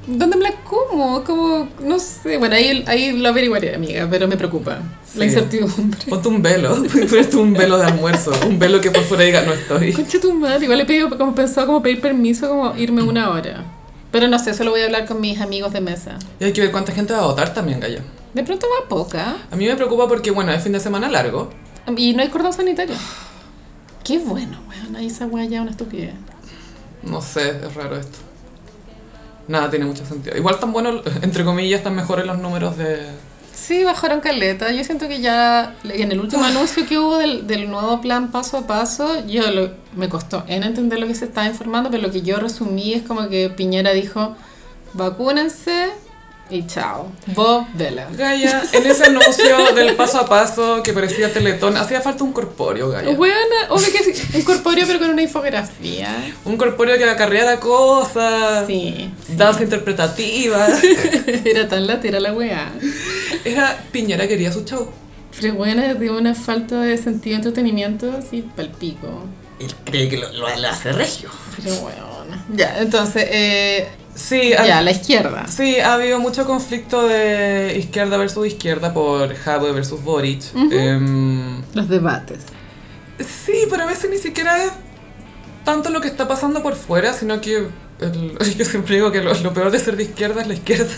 Speaker 2: dónde me la como? Como, no sé. Bueno, ahí, ahí lo averiguaré, amiga, pero me preocupa la
Speaker 1: Sí.
Speaker 2: incertidumbre. <laughs>
Speaker 1: Ponte un velo, <laughs> ponte un velo de almuerzo, un velo que por fuera diga no estoy.
Speaker 2: Concha tu madre, igual he pedido, como pensado como pedir permiso, como irme una hora. Pero no sé, eso lo voy a hablar con mis amigos de mesa.
Speaker 1: Y hay que ver cuánta gente va a votar también, Gaia.
Speaker 2: De pronto va poca
Speaker 1: A mí me preocupa porque, bueno, es fin de semana largo.
Speaker 2: y no hay cordón sanitario. Qué bueno, weón, ahí esa weá ya es una estupidez.
Speaker 1: No sé, es raro esto. Nada, tiene mucho sentido. Igual tan buenos, entre comillas, tan mejores los números de...
Speaker 2: Sí, bajaron caleta. Yo siento que ya en el último anuncio que hubo del, del nuevo plan paso a paso, yo lo- me costó en entender lo que se estaba informando, pero lo que yo resumí es como que Piñera dijo, vacúnense y chao. Bob Vela.
Speaker 1: Gaia, en ese anuncio del paso a paso que parecía Teletón, hacía falta un corpóreo, Gaia.
Speaker 2: Buena, obvio que es un corpóreo pero con una infografía.
Speaker 1: Un corpóreo que acarreara cosas,
Speaker 2: Ah. Sí,
Speaker 1: danza interpretativa.
Speaker 2: era tan lateral la weá.
Speaker 1: Era Piñera quería su show.
Speaker 2: Pero buena, de una falta de sentido de entretenimiento así palpico.
Speaker 1: Él cree que lo, hace regio.
Speaker 2: Pero bueno. Ya, entonces, eh,
Speaker 1: Sí, al-
Speaker 2: ya, la izquierda.
Speaker 1: Sí, ha habido mucho conflicto de izquierda versus izquierda por Jadwe versus Boric. Em,
Speaker 2: Los debates.
Speaker 1: Sí, pero a veces ni siquiera es tanto lo que está pasando por fuera, sino que el- <laughs> yo siempre digo que lo, lo peor de ser de izquierda es la izquierda.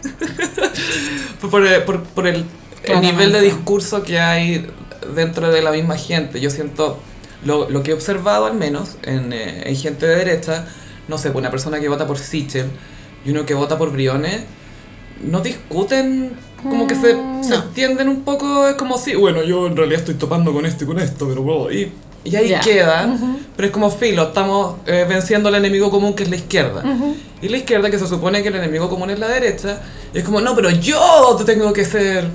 Speaker 1: <laughs> por, por- por- por el, el
Speaker 2: Claramente.
Speaker 1: nivel de discurso que hay dentro de la misma gente. Yo siento, lo, lo que he observado al menos en, eh, en gente de derecha, no sé, pues, una persona que vota por Sichel y uno que vota por Briones, no discuten, como que se,
Speaker 2: Mm,
Speaker 1: se
Speaker 2: no.
Speaker 1: entienden un poco, es como si, bueno, yo en realidad estoy topando con esto y con esto, pero wow, y, y ahí
Speaker 2: Ya.
Speaker 1: queda, pero es como filo, estamos eh, venciendo al enemigo común que es la izquierda. Y la izquierda, que se supone que el enemigo común es la derecha, es como, no, pero yo tengo que ser,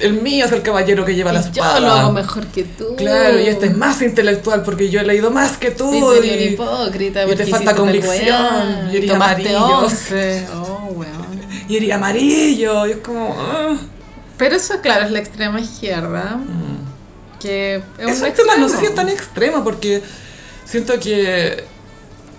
Speaker 1: el mío es el caballero que lleva la
Speaker 2: Y
Speaker 1: espada.
Speaker 2: yo lo hago mejor que tú.
Speaker 1: Claro, y este es más intelectual porque yo he leído más que tú.
Speaker 2: Y tú eres un
Speaker 1: y-
Speaker 2: hipócrita.
Speaker 1: y te
Speaker 2: porque
Speaker 1: falta
Speaker 2: hiciste tal
Speaker 1: convicción,
Speaker 2: weá,
Speaker 1: y eres
Speaker 2: tomaste
Speaker 1: amarillo. <laughs>
Speaker 2: 11. Oh, weón.
Speaker 1: y eres amarillo. Y es como. ah.
Speaker 2: Pero eso, claro, es la extrema izquierda. Que es
Speaker 1: Es
Speaker 2: un
Speaker 1: un tema, no sé
Speaker 2: extremo.
Speaker 1: si es tan extrema porque siento que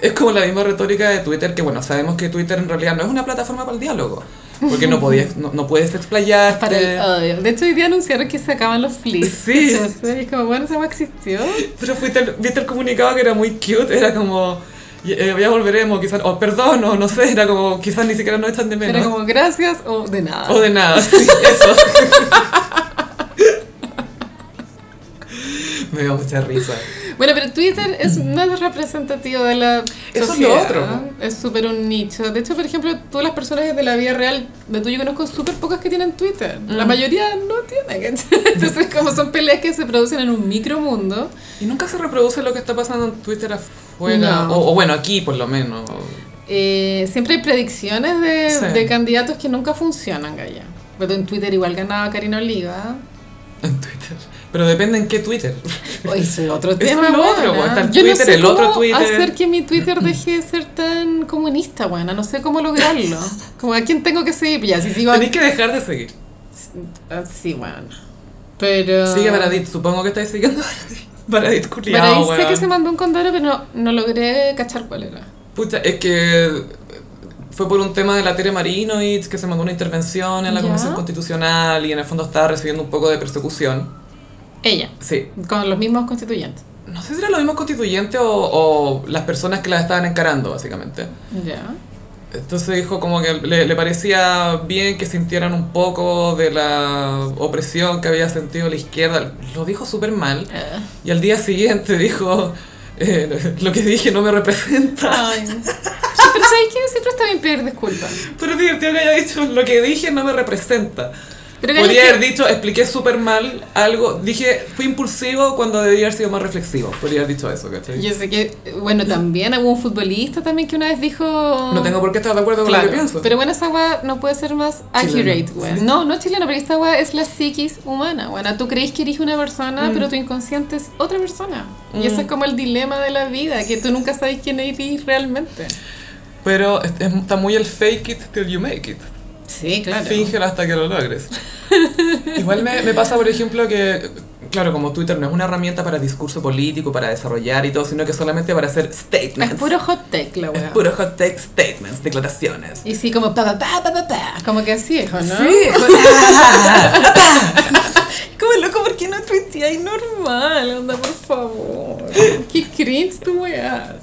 Speaker 1: es como la misma retórica de Twitter, que bueno, sabemos que Twitter en realidad no es una plataforma para el diálogo. Porque
Speaker 2: <laughs>
Speaker 1: no, podías, no, no puedes explayarte.
Speaker 2: Para el oh. odio. De hecho, hoy día anunciaron que se acaban los flips.
Speaker 1: este- Sí.
Speaker 2: ¿cachai? Y es como, bueno, eso existió.
Speaker 1: Pero fuiste el- viste el comunicado que era muy cute, era como. eh, ya volveremos, quizás. O perdón, o no sé, era como. Quizás ni siquiera nos echan de menos.
Speaker 2: Era como, ah. gracias o de nada.
Speaker 1: O de nada, sí,
Speaker 2: <laughs>
Speaker 1: eso. <laughs> Me dio mucha risa.
Speaker 2: Bueno, pero Twitter es, no es representativo de la
Speaker 1: es lo
Speaker 2: sociedad.
Speaker 1: otro,
Speaker 2: Es súper un nicho. De hecho, por ejemplo, todas las personas de la vida real, de tú yo conozco súper pocas que tienen Twitter. La
Speaker 1: Mm.
Speaker 2: mayoría no tienen, ¿cachai? <laughs> Entonces, como son peleas que se producen en un micromundo.
Speaker 1: Y nunca se reproduce lo que está pasando en Twitter afuera.
Speaker 2: No.
Speaker 1: O, o bueno, aquí por lo menos.
Speaker 2: Eh, siempre hay predicciones de,
Speaker 1: Sí.
Speaker 2: de candidatos que nunca funcionan, Gaya. Pero en Twitter igual ganaba Karina Oliva.
Speaker 1: En Twitter. Pero depende en qué Twitter.
Speaker 2: Oye, ese es otro
Speaker 1: Eso
Speaker 2: tema.
Speaker 1: es lo
Speaker 2: weona.
Speaker 1: otro, pues, está el
Speaker 2: Yo no
Speaker 1: Twitter,
Speaker 2: sé
Speaker 1: el otro
Speaker 2: cómo
Speaker 1: Twitter.
Speaker 2: hacer que mi Twitter deje de ser tan comunista, buena. No sé cómo lograrlo. Como a quién tengo que seguir. Ya, si sigo a-
Speaker 1: Tenéis que dejar de seguir.
Speaker 2: ah, Sí, bueno. Pero.
Speaker 1: Sigue Baradit, supongo que estáis siguiendo Baradit. <laughs> Baradit
Speaker 2: Pero ahí
Speaker 1: culiao,
Speaker 2: sé que
Speaker 1: weón.
Speaker 2: se mandó un condoro, pero no, no logré cachar cuál era.
Speaker 1: Pucha, es que fue por un tema de la Tere Marinovich que se mandó una intervención en la
Speaker 2: Ya.
Speaker 1: Comisión Constitucional y en el fondo estaba recibiendo un poco de persecución.
Speaker 2: Ella,
Speaker 1: Sí,
Speaker 2: con los mismos constituyentes.
Speaker 1: No sé si era lo mismo constituyente o, o las personas que la estaban encarando, básicamente. <laughs>
Speaker 2: Ya.
Speaker 1: Entonces dijo como que le, le parecía bien que sintieran un poco de la opresión que había sentido la izquierda. Lo dijo súper mal.
Speaker 2: Ah.
Speaker 1: Y al día siguiente dijo, <laughs> eh, lo que dije no me representa.
Speaker 2: Ay. Sí, pero ¿sabes qué? Siempre está bien pedir disculpas.
Speaker 1: <laughs> Pero es divertido que haya dicho, lo que dije no me representa.
Speaker 2: Pero que
Speaker 1: Podría
Speaker 2: hay
Speaker 1: haber
Speaker 2: que-
Speaker 1: dicho, expliqué súper mal algo. Dije, fui impulsivo cuando debería haber sido más reflexivo. Podría haber dicho eso, ¿cachai?
Speaker 2: Yo sé que, bueno, también hubo un futbolista también que una vez dijo...
Speaker 1: No tengo por qué estar de acuerdo con lo que pienso.
Speaker 2: Pero bueno, esa weá no puede ser más
Speaker 1: Chilena.
Speaker 2: accurate, weá.
Speaker 1: Sí.
Speaker 2: No, no chilena, porque esta weá es la psiquis humana, weá. Tú crees que eres una persona, pero tu inconsciente es otra persona. Y ese es como el dilema de la vida, que tú nunca sabes quién eres realmente.
Speaker 1: Pero es- es- está muy el fake it till you make it.
Speaker 2: Sí,
Speaker 1: Fíngelo hasta que lo logres. <laughs> Igual me, me pasa, por ejemplo, que, claro, como Twitter no es una herramienta para discurso político, para desarrollar y todo, sino que solamente para hacer
Speaker 2: Es
Speaker 1: statements.
Speaker 2: puro hot take la
Speaker 1: Es
Speaker 2: weá.
Speaker 1: puro hot take statements, declaraciones.
Speaker 2: Y sí, como pa, pa, pa, pa, pa, pues, pa. Como que así es, ¿o ¿no? <laughs> Como loco, ¿por qué no tuiteáis normal? Onda, por favor. Qué cringe tu weá.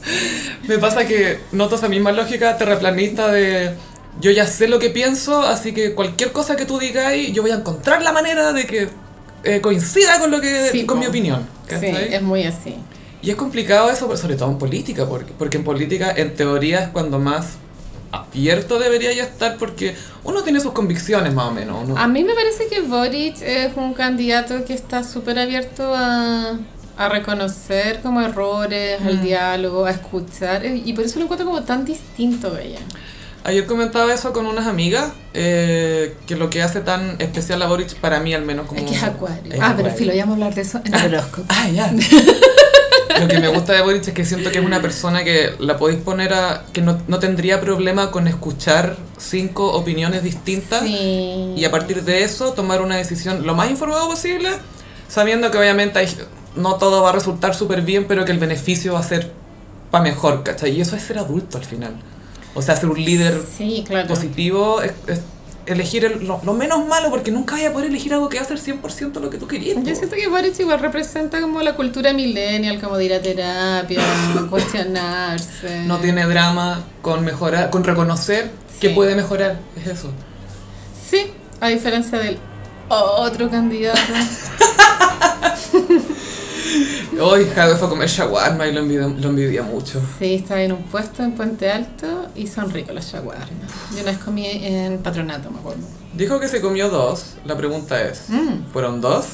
Speaker 1: me pasa que noto esa misma lógica terraplanista de yo ya sé lo que pienso, así que cualquier cosa que tú digáis, yo voy a encontrar la manera de que eh, coincida con lo que
Speaker 2: Sí,
Speaker 1: con mi
Speaker 2: po.
Speaker 1: opinión.
Speaker 2: Sí,
Speaker 1: ¿cachai?
Speaker 2: es muy así.
Speaker 1: Y es complicado eso, pero sobre todo en política, porque, porque en política, en teoría, es cuando más abierto debería ya estar, porque uno tiene sus convicciones más o menos. uno-
Speaker 2: A mí me parece que Boric es un candidato que está súper abierto a, a reconocer como errores,
Speaker 1: Mm.
Speaker 2: al diálogo, a escuchar. eh, Y por eso lo encuentro como tan distinto de ella.
Speaker 1: Ayer comentaba eso con unas amigas, eh, que lo que hace tan especial a Boric, para mí al menos, como...
Speaker 2: Es que es acuario.
Speaker 1: Es
Speaker 2: ah,
Speaker 1: acuario.
Speaker 2: pero filo, ya vamos a hablar de eso en el horóscopo.
Speaker 1: Ah,
Speaker 2: <laughs>
Speaker 1: ya. Lo que me gusta de Boric es que siento que es una persona que la podéis poner a... que no, no tendría problema con escuchar cinco opiniones distintas.
Speaker 2: Sí.
Speaker 1: <laughs> y a partir de eso tomar una decisión lo más informado posible, sabiendo que obviamente hay- no todo va a resultar súper bien, pero que el beneficio va a ser para mejor, ¿cachai? Y eso es ser adulto al final. O sea, ser un líder
Speaker 2: Sí, claro.
Speaker 1: positivo es, es elegir el- lo, lo menos malo, porque nunca vaya a poder elegir algo que va a ser 100% lo que tú querías. po.
Speaker 2: Yo siento que Boric igual representa como la cultura millennial, como de ir a terapia, cuestionarse.
Speaker 1: No tiene drama con mejorar, con reconocer que
Speaker 2: Sí.
Speaker 1: puede mejorar. Es eso.
Speaker 2: Sí, a diferencia del otro candidato.
Speaker 1: Hoy Jade fue a comer shawarma y lo envidia, lo envidia mucho.
Speaker 2: Sí, estaba en un puesto en Puente Alto y son ricos los shawarma. Yo una vez comí en Patronato, me acuerdo.
Speaker 1: Dijo que se comió dos. La pregunta es,
Speaker 2: Mm.
Speaker 1: ¿fueron dos?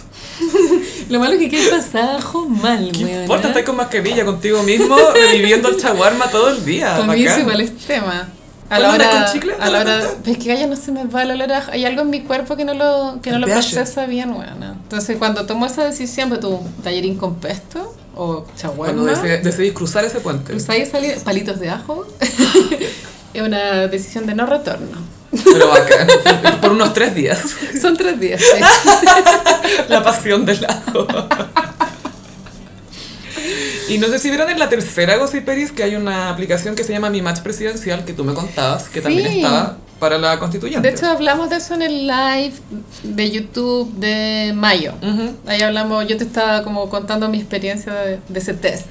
Speaker 2: Lo malo es que queda pasajo mal,
Speaker 1: ¿Qué eh?
Speaker 2: weón.
Speaker 1: importa? Estás con mascarilla contigo mismo, <laughs> viviendo el chaguarma todo el día.
Speaker 2: Conmigo
Speaker 1: bacán.
Speaker 2: igual es tema. A
Speaker 1: ¿Cuál
Speaker 2: la
Speaker 1: onda,
Speaker 2: hora,
Speaker 1: con chicle?
Speaker 2: a la hora, es que ya no se me va el olor a- hay algo en mi cuerpo que no lo, que no
Speaker 1: El
Speaker 2: lo
Speaker 1: pH.
Speaker 2: procesa bien, bueno. Entonces cuando tomo esa decisión, pues tu tallerín con pesto o
Speaker 1: Cuando
Speaker 2: chaguarma,
Speaker 1: dece- decidís cruzar ese puente.
Speaker 2: cruzáis y salir palitos de ajo, <laughs> es una decisión de no retorno.
Speaker 1: Pero bacán. <laughs> Por unos tres días.
Speaker 2: Son tres
Speaker 1: <laughs>
Speaker 2: días. sí.
Speaker 1: La pasión del ajo. <laughs> Y no sé si vieron en la tercera Gossip Peris que hay una aplicación que se llama Mi Match Presidencial, que tú me contabas, que también
Speaker 2: Sí.
Speaker 1: estaba para la constituyente.
Speaker 2: De hecho hablamos de eso en el live de YouTube de mayo.
Speaker 1: Ujú.
Speaker 2: Ahí hablamos, yo te estaba como contando mi experiencia de- de ese test.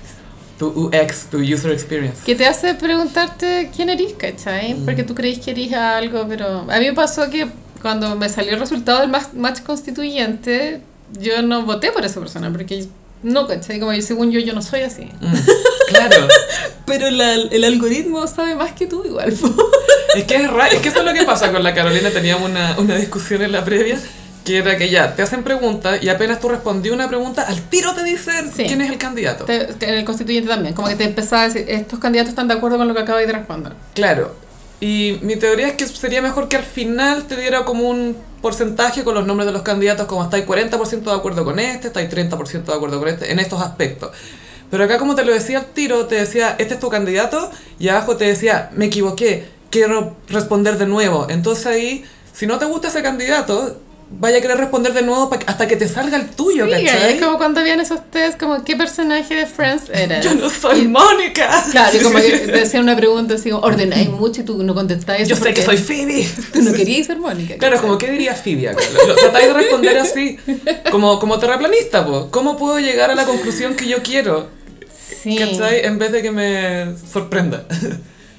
Speaker 1: tu UX, tu User Experience.
Speaker 2: Que te hace preguntarte quién eres, ¿cachai? Porque tú creís que eres algo, pero a mí me pasó que cuando me salió el resultado del mas- match constituyente, yo no voté por esa persona, porque no, ¿cachai? Como yo, según yo, yo no soy así.
Speaker 1: Mm, Claro.
Speaker 2: Pero la- el algoritmo sabe más que tú igual. po.
Speaker 1: Es que es raro, es que eso es lo que pasa con la Carolina. Teníamos una, una discusión en la previa que era que ya te hacen preguntas y apenas tú respondí una pregunta, al tiro te dicen
Speaker 2: Sí.
Speaker 1: quién es el candidato.
Speaker 2: Te- te- en el constituyente también, como que te empezaba a decir, estos candidatos están de acuerdo con lo que acabas de responder.
Speaker 1: Claro. Y mi teoría es que sería mejor que al final te diera como un porcentaje con los nombres de los candidatos, como estáis 40% de acuerdo con este, estáis 30% de acuerdo con este, en estos aspectos. Pero acá como te lo decía al tiro, te decía, este es tu candidato, y abajo te decía, me equivoqué, quiero responder de nuevo. Entonces ahí, si no te gusta ese candidato, vaya a querer responder de nuevo pa- hasta que te salga el tuyo,
Speaker 2: Sí,
Speaker 1: ¿cachai?
Speaker 2: es como cuando habían esos test, como qué personaje de Friends eres.
Speaker 1: Yo no soy Mónica.
Speaker 2: Claro, y como que te hacían una pregunta así, como, ordenáis mucho y tú no
Speaker 1: <laughs>
Speaker 2: contestáis.
Speaker 1: Yo
Speaker 2: eso
Speaker 1: sé que soy
Speaker 2: porque
Speaker 1: Phoebe.
Speaker 2: Tú no querías ser Mónica.
Speaker 1: Claro, es como, ¿qué diría Fibia? Lo, lo tratáis de responder así, como, como terraplanista, po. ¿Cómo puedo llegar a la conclusión que yo quiero?
Speaker 2: Sí.
Speaker 1: ¿Cachai? En vez de que me sorprenda.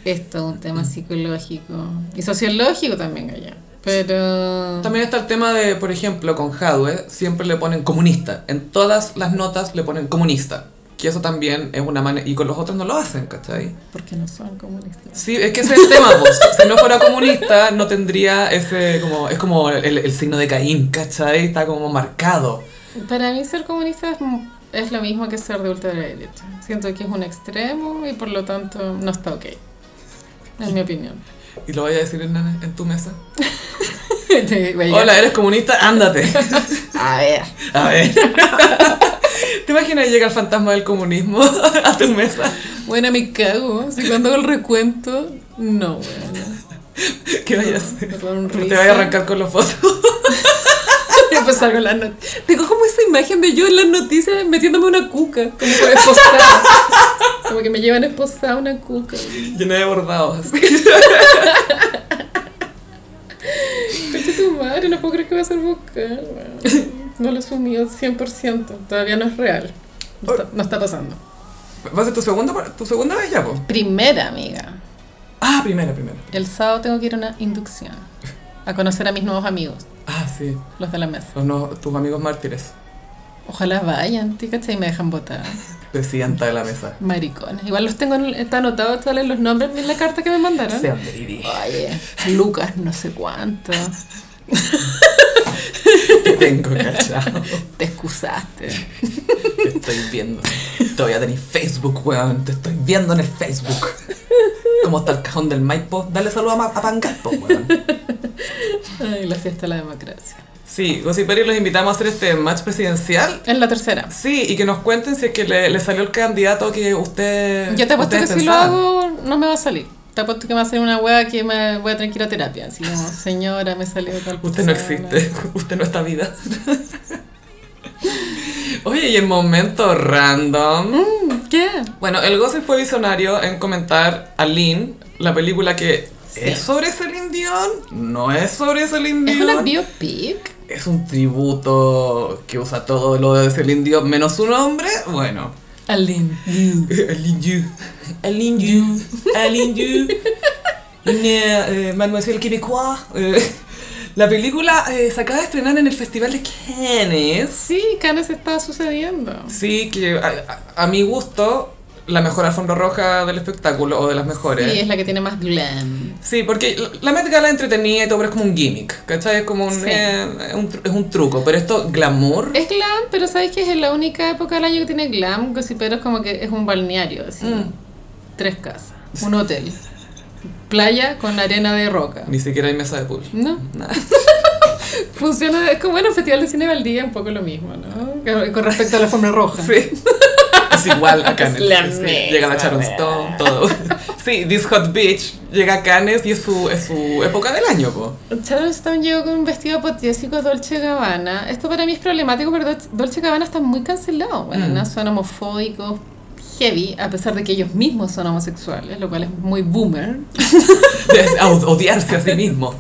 Speaker 2: Esto es un tema psicológico y sociológico también allá. Pero.
Speaker 1: También está el tema de, por ejemplo, con Hadwe, siempre le ponen comunista. En todas las notas le ponen comunista. Que eso también es una manera... Y con los otros no lo hacen, ¿cachai?
Speaker 2: Porque no son comunistas.
Speaker 1: Sí, es que ese es el tema, po. Si no fuera comunista, no tendría ese... como Es como el, el signo de Caín, ¿cachai? Está como marcado.
Speaker 2: Para mí, ser comunista es, es lo mismo que ser de ultraderecha. Siento que es un extremo y por lo tanto no está ok. En mi opinión. <laughs>
Speaker 1: Y lo voy a decir en, en tu mesa.
Speaker 2: Te voy a llegar.
Speaker 1: Hola, eres comunista, ándate.
Speaker 2: A ver.
Speaker 1: A ver. ¿Te imaginas llega el fantasma del comunismo a tu mesa?
Speaker 2: Bueno, me cago. Si cuando hago el recuento, no, bueno.
Speaker 1: ¿Qué vayas
Speaker 2: Me puedo dar <laughs> un
Speaker 1: a hacer? Te
Speaker 2: risa.
Speaker 1: vaya a arrancar con los fotos.
Speaker 2: Y empezar con las noticias. Tengo como esa imagen de yo en las noticias metiéndome una cuca, como por <laughs> esposada. como que me llevan esposada una cuca.
Speaker 1: Llena de bordados. así.
Speaker 2: Concha tu madre, no puedo creer que va a ser vocal. weón. No lo asumí al 100%, todavía no es real. No está, no está pasando.
Speaker 1: ¿Va a ser tu segunda, par- tu segunda vez ya, po?
Speaker 2: Primera amiga.
Speaker 1: Ah, primera, primera.
Speaker 2: El sábado tengo que ir a una inducción. A conocer a mis nuevos amigos,
Speaker 1: Ah, sí.
Speaker 2: los de la mesa.
Speaker 1: Son los- tus amigos mártires.
Speaker 2: Ojalá vayan, ¿te cachai? Y me dejan votar.
Speaker 1: Decían de la mesa.
Speaker 2: Maricones. Igual los tengo, en- está anotado, salen los nombres en la carta que me mandaron.
Speaker 1: Sean de Didi.
Speaker 2: Oye, Lucas no sé cuánto.
Speaker 1: Te <laughs> tengo cachado.
Speaker 2: Te excusaste.
Speaker 1: Te estoy viendo. Todavía tenés Facebook, weón. Te estoy viendo en el Facebook. ¿Cómo está el cajón del Maipo? Dale saludo a, Ma- a Pangaspo, weón.
Speaker 2: Ay, la fiesta de la democracia.
Speaker 1: Sí, Gossip Berry los invitamos a hacer este match presidencial.
Speaker 2: En la tercera.
Speaker 1: Sí, y que nos cuenten si es que le, le salió el candidato que usted.
Speaker 2: Yo te apuesto que
Speaker 1: ustedes
Speaker 2: si lo
Speaker 1: pensaban.
Speaker 2: hago, no me va a salir. Te apuesto que me va a salir una wea que me voy a tener que ir a terapia. Así como, señora, me salió tal
Speaker 1: Usted no
Speaker 2: persona.
Speaker 1: existe, <laughs> usted no está vida. Oye, y el momento random.
Speaker 2: Mm, ¿Qué?
Speaker 1: Bueno, el Gossip fue visionario en comentar a Lynn, la película que.
Speaker 2: Sí.
Speaker 1: ¿Es sobre Celine Dion? No es sobre Celine
Speaker 2: ¿Es
Speaker 1: Dion.
Speaker 2: una biopic?
Speaker 1: es un tributo que usa todo lo de Celine Dion menos su nombre. Bueno,
Speaker 2: Aline.
Speaker 1: Alindu. Alindu. Alindu. eh, Mademoiselle Québécois. Eh, la película eh, se acaba de estrenar en el Festival de Cannes.
Speaker 2: Sí, Cannes estaba sucediendo.
Speaker 1: Sí, que a, a- a mi gusto la mejor alfombra roja del espectáculo o de las mejores.
Speaker 2: Sí,
Speaker 1: Sí,
Speaker 2: es la que tiene más glam.
Speaker 1: porque la- la Met Gala entretenía y todo, pero es como un gimmick, ¿cachai? Es como un,
Speaker 2: Sí.
Speaker 1: eh, es un, tru- es un truco, pero esto, glamour.
Speaker 2: Es glam, pero sabes que es la única época del año que tiene glam, pero es como que es un balneario, así.
Speaker 1: Mm.
Speaker 2: Tres casas, un hotel, playa con arena de roca.
Speaker 1: Ni siquiera hay mesa de pool.
Speaker 2: No,
Speaker 1: Nada.
Speaker 2: funciona, es como en el Festival de Cine Valdía, un poco lo mismo, ¿no? Que- Con respecto a la forma roja.
Speaker 1: Sí. Es igual a Cannes.
Speaker 2: Es la
Speaker 1: sí.
Speaker 2: misma
Speaker 1: Llega la Sharon
Speaker 2: wea.
Speaker 1: Stone, todo. Sí, This Hot Bitch llega a Cannes y es su, es su época del año, po.
Speaker 2: Charles Stone llegó con un vestido apoteósico Dolce Gabbana. Esto para mí es problemático, pero Dol- Dolce Gabbana está muy cancelado. Bueno,
Speaker 1: Mm.
Speaker 2: ¿no? son homofóbicos, heavy, a pesar de que ellos mismos son homosexuales, lo cual es muy boomer.
Speaker 1: Es a odiarse a sí mismo.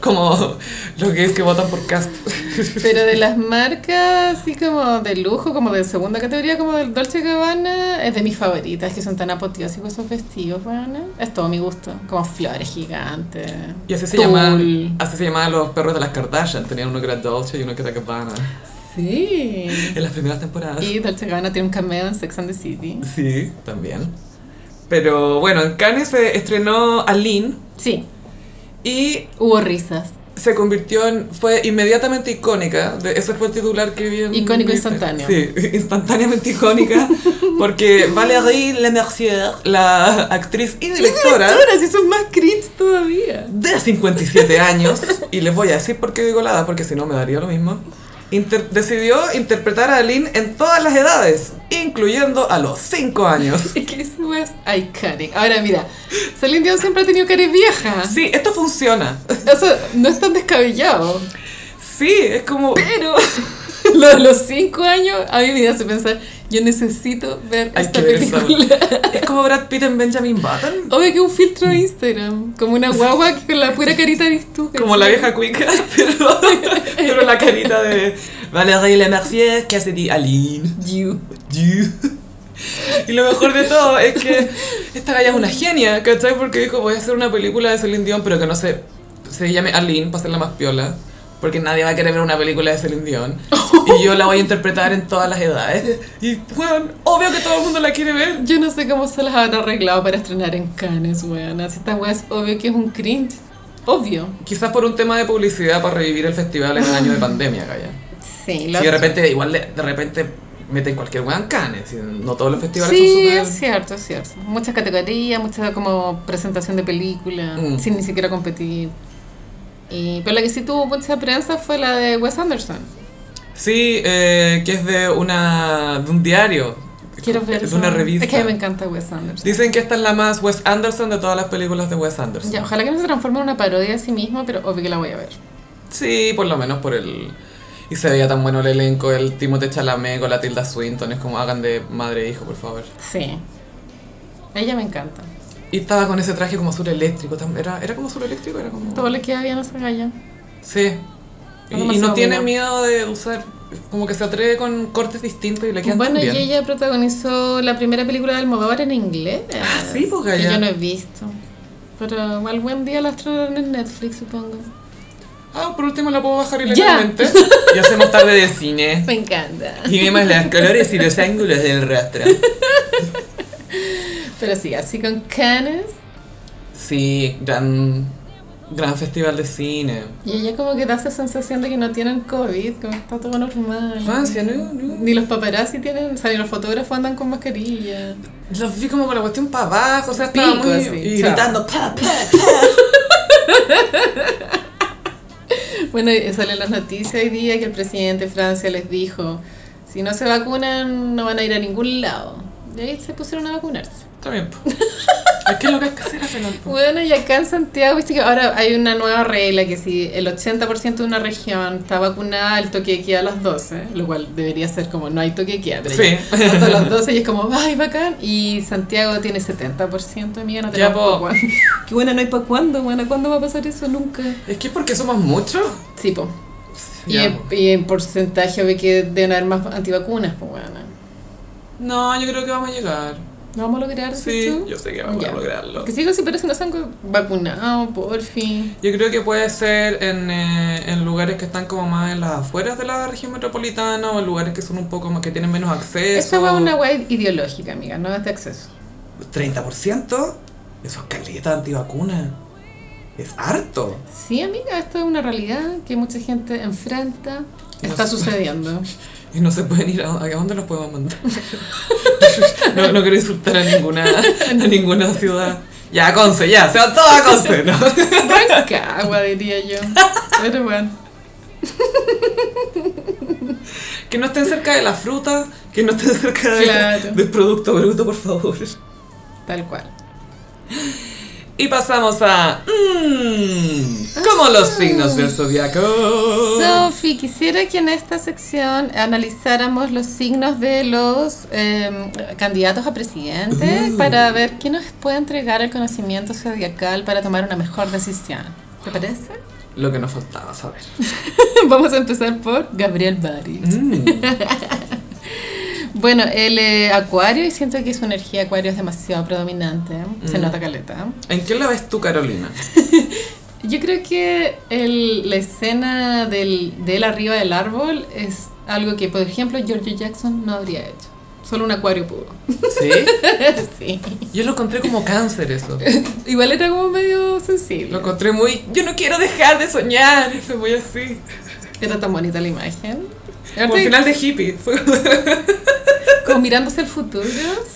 Speaker 1: Como los gays que votan por cast.
Speaker 2: Pero de las marcas así como de lujo, como de segunda categoría, como del Dolce Gabbana, es de mis favoritas, que son tan apoteósicos esos vestidos, bueno, es todo mi gusto. Como flores gigantes.
Speaker 1: Y así se,
Speaker 2: tul.
Speaker 1: llaman, así se llamaban los perros de las Kardashian. Tenían uno que era Dolce y uno que era Gabbana.
Speaker 2: Sí.
Speaker 1: En las primeras temporadas.
Speaker 2: Y Dolce Gabbana tiene un cameo en Sex and the City.
Speaker 1: Sí, también. Pero bueno, en Cannes se estrenó Aline
Speaker 2: Sí,
Speaker 1: y
Speaker 2: hubo risas.
Speaker 1: se convirtió en, fue inmediatamente icónica, de- ese fue el titular que vi en-
Speaker 2: Icónico instantáneo.
Speaker 1: Sí, <laughs> instantáneamente icónica, porque Valérie Lemercier, la actriz y directora
Speaker 2: Ahora sí son más cringe todavía.
Speaker 1: de 57 años, y les voy a decir por qué digo la edad, porque si no me daría lo mismo, inter- decidió interpretar a Aline en todas las edades, incluyendo a los 5 años.
Speaker 2: Es que eso es iconic. Ahora mira, Celine Dion siempre ha tenido cara de vieja.
Speaker 1: Sí, esto funciona.
Speaker 2: Eso no es tan descabellado.
Speaker 1: Sí, es
Speaker 2: <laughs>
Speaker 1: como...
Speaker 2: Pero lo de los 5 años a mí me hace pensar, yo necesito ver
Speaker 1: Hay
Speaker 2: esta
Speaker 1: que ver esa-
Speaker 2: película. <laughs>
Speaker 1: Es como Brad Pitt en Benjamin Button.
Speaker 2: Obvio que un filtro de Instagram, como una guagua que con la pura carita eres tú.
Speaker 1: <laughs> Como la vieja cuica, pero, pero la carita de Valérie Lemercier que hace di Aline.
Speaker 2: You.
Speaker 1: you. Y lo mejor de todo es que esta galla es una genia, ¿cachai? Porque dijo, voy a hacer una película de Celine Dion, pero que no se, se llame Aline para hacerla más piola. Porque nadie va a querer ver una película de Celine Dion. Y yo la voy a interpretar en todas las edades. Y, bueno, obvio que todo el mundo la quiere ver.
Speaker 2: Yo no sé cómo se las han arreglado para estrenar en Cannes, weón. Así esta weá es obvio que es un cringe. Obvio.
Speaker 1: Quizás por un tema de publicidad para revivir el festival en el año de pandemia, galla.
Speaker 2: Sí,
Speaker 1: Sí, de repente, igual de, de repente meten cualquier weón canes. No todos los festivales
Speaker 2: Sí,
Speaker 1: son
Speaker 2: es
Speaker 1: súper.
Speaker 2: cierto, es cierto. Muchas categorías, mucha como presentación de película,
Speaker 1: Mm.
Speaker 2: sin ni siquiera competir. Y, pero la que sí tuvo mucha prensa fue la de Wes Anderson.
Speaker 1: Sí, eh, que es de, una, de un diario.
Speaker 2: Quiero ver
Speaker 1: Es
Speaker 2: esa-
Speaker 1: una revista.
Speaker 2: Es que a mí me encanta Wes Anderson.
Speaker 1: Dicen que esta es la más Wes Anderson de todas las películas de Wes Anderson.
Speaker 2: Ya, ojalá que no se transforme en una parodia de sí mismo, pero obvio que la voy a ver.
Speaker 1: Sí, por lo menos por el. Y se veía tan bueno el elenco, el Timothée Chalamet con la Tilda Swinton. Es como hagan de madre e hijo, por favor.
Speaker 2: Sí. Ella me encanta.
Speaker 1: Y estaba con ese traje como azul eléctrico. tam- Era, era como azul eléctrico, era como.
Speaker 2: Todo le queda bien a esa galla.
Speaker 1: Sí. Y,
Speaker 2: Algo
Speaker 1: y
Speaker 2: más
Speaker 1: no
Speaker 2: obvio.
Speaker 1: tiene miedo de usar, como que se atreve con cortes distintos y le quedan tan
Speaker 2: Bueno, y
Speaker 1: bien.
Speaker 2: ella protagonizó la primera película de Almodóvar en inglés.
Speaker 1: Ah, sí, pues,
Speaker 2: Que
Speaker 1: galla.
Speaker 2: yo no he visto. Pero algún día la estrenarán en Netflix, supongo.
Speaker 1: Ah, por último la puedo bajar
Speaker 2: Ya. <laughs>
Speaker 1: ilegalmente. Y hacemos tarde de cine.
Speaker 2: Me encanta.
Speaker 1: Y vemos los colores y los ángulos del rastro.
Speaker 2: Pero sí, así con Cannes.
Speaker 1: Sí, gran, gran festival de cine.
Speaker 2: Y ella como que da esa sensación de que no tienen COVID, como que está todo normal.
Speaker 1: Francia, Ah, no, no.
Speaker 2: Ni los paparazzi tienen, o sea, ni los fotógrafos andan con mascarilla.
Speaker 1: Los vi como con la cuestión para abajo, o sea, estaba
Speaker 2: Pico,
Speaker 1: muy...
Speaker 2: así,
Speaker 1: y
Speaker 2: chao.
Speaker 1: gritando, pa, pa,
Speaker 2: Bueno, eh, y salen las noticias hoy día que el presidente de Francia les dijo, si no se vacunan no van a ir a ningún lado. Y ahí se pusieron a vacunarse. <laughs>
Speaker 1: También, po. Es que lo que hay que hacer al final, po.
Speaker 2: Bueno, y acá en Santiago, viste que ahora hay una nueva regla que si el 80% de una región está vacunada, el toque de queda a las 12, lo cual debería ser como no hay toque de queda, pero
Speaker 1: Sí.
Speaker 2: ya, hasta las 12 y es como, ay, bacán. Y Santiago tiene 70%, amiga, no
Speaker 1: Ya,
Speaker 2: tenemos pa'
Speaker 1: po.
Speaker 2: cuándo. <laughs> Qué buena, no hay para cuándo, bueno, ¿cuándo va a pasar eso? Nunca.
Speaker 1: Es que es porque somos muchos.
Speaker 2: Sí, po. Y,
Speaker 1: Ya,
Speaker 2: en,
Speaker 1: po.
Speaker 2: y en pues, porcentaje ve que deben haber más antivacunas, pues bueno.
Speaker 1: No, yo creo que vamos a llegar.
Speaker 2: ¿Lo vamos a lograr?
Speaker 1: Sí,
Speaker 2: Richu?
Speaker 1: yo sé que vamos
Speaker 2: Ya.
Speaker 1: a lograrlo.
Speaker 2: Que sigo sí, pero si no se han co- vacunado, por fin.
Speaker 1: Yo creo que puede ser en, eh, en lugares que están como más en las afueras de la región metropolitana o en lugares que son un poco más que tienen menos acceso.
Speaker 2: Esa fue una web ideológica, amiga, no es de acceso.
Speaker 1: 30%? Eso es caleta antivacuna. Es harto.
Speaker 2: Sí, amiga, esto es una realidad que mucha gente enfrenta.
Speaker 1: No
Speaker 2: Está
Speaker 1: sé. <laughs>
Speaker 2: sucediendo.
Speaker 1: Y no se pueden ir a, a dónde los podemos mandar. <laughs> no, no quiero insultar a ninguna, a ninguna ciudad. Ya, Conce, ya, sea toda Conce, ¿no? <laughs>
Speaker 2: Rancagua, diría yo. Pero bueno.
Speaker 1: Que no estén cerca de la fruta, que no estén cerca de-
Speaker 2: Claro.
Speaker 1: del producto bruto, por favor.
Speaker 2: Tal cual.
Speaker 1: Y pasamos a. Mmm, como
Speaker 2: Ah.
Speaker 1: los signos del zodiaco.
Speaker 2: Sofi, quisiera que en esta sección analizáramos los signos de los eh, candidatos a presidente
Speaker 1: Uh.
Speaker 2: para ver qué nos puede entregar el conocimiento zodiacal para tomar una mejor decisión. ¿Te parece?
Speaker 1: Lo que nos faltaba saber.
Speaker 2: Vamos a empezar por Gabriel Bari.
Speaker 1: Mm.
Speaker 2: Bueno, el eh, acuario, y siento que su energía acuario es demasiado predominante. Se
Speaker 1: Mm.
Speaker 2: nota caleta.
Speaker 1: ¿En qué la ves tú, Carolina?
Speaker 2: Yo creo que el- la escena del, de él arriba del árbol es algo que, por ejemplo, George Jackson no habría hecho. Solo un acuario
Speaker 1: <laughs>
Speaker 2: pudo.
Speaker 1: ¿Sí?
Speaker 2: sí.
Speaker 1: Yo lo encontré como cáncer, eso.
Speaker 2: Igual era como medio
Speaker 1: Lo
Speaker 2: sensible.
Speaker 1: encontré muy. Yo no quiero dejar de soñar. Fue muy así.
Speaker 2: Era tan bonita la imagen.
Speaker 1: Como
Speaker 2: Aparte,
Speaker 1: final de hippie. Fue-
Speaker 2: como mirándose el futuro,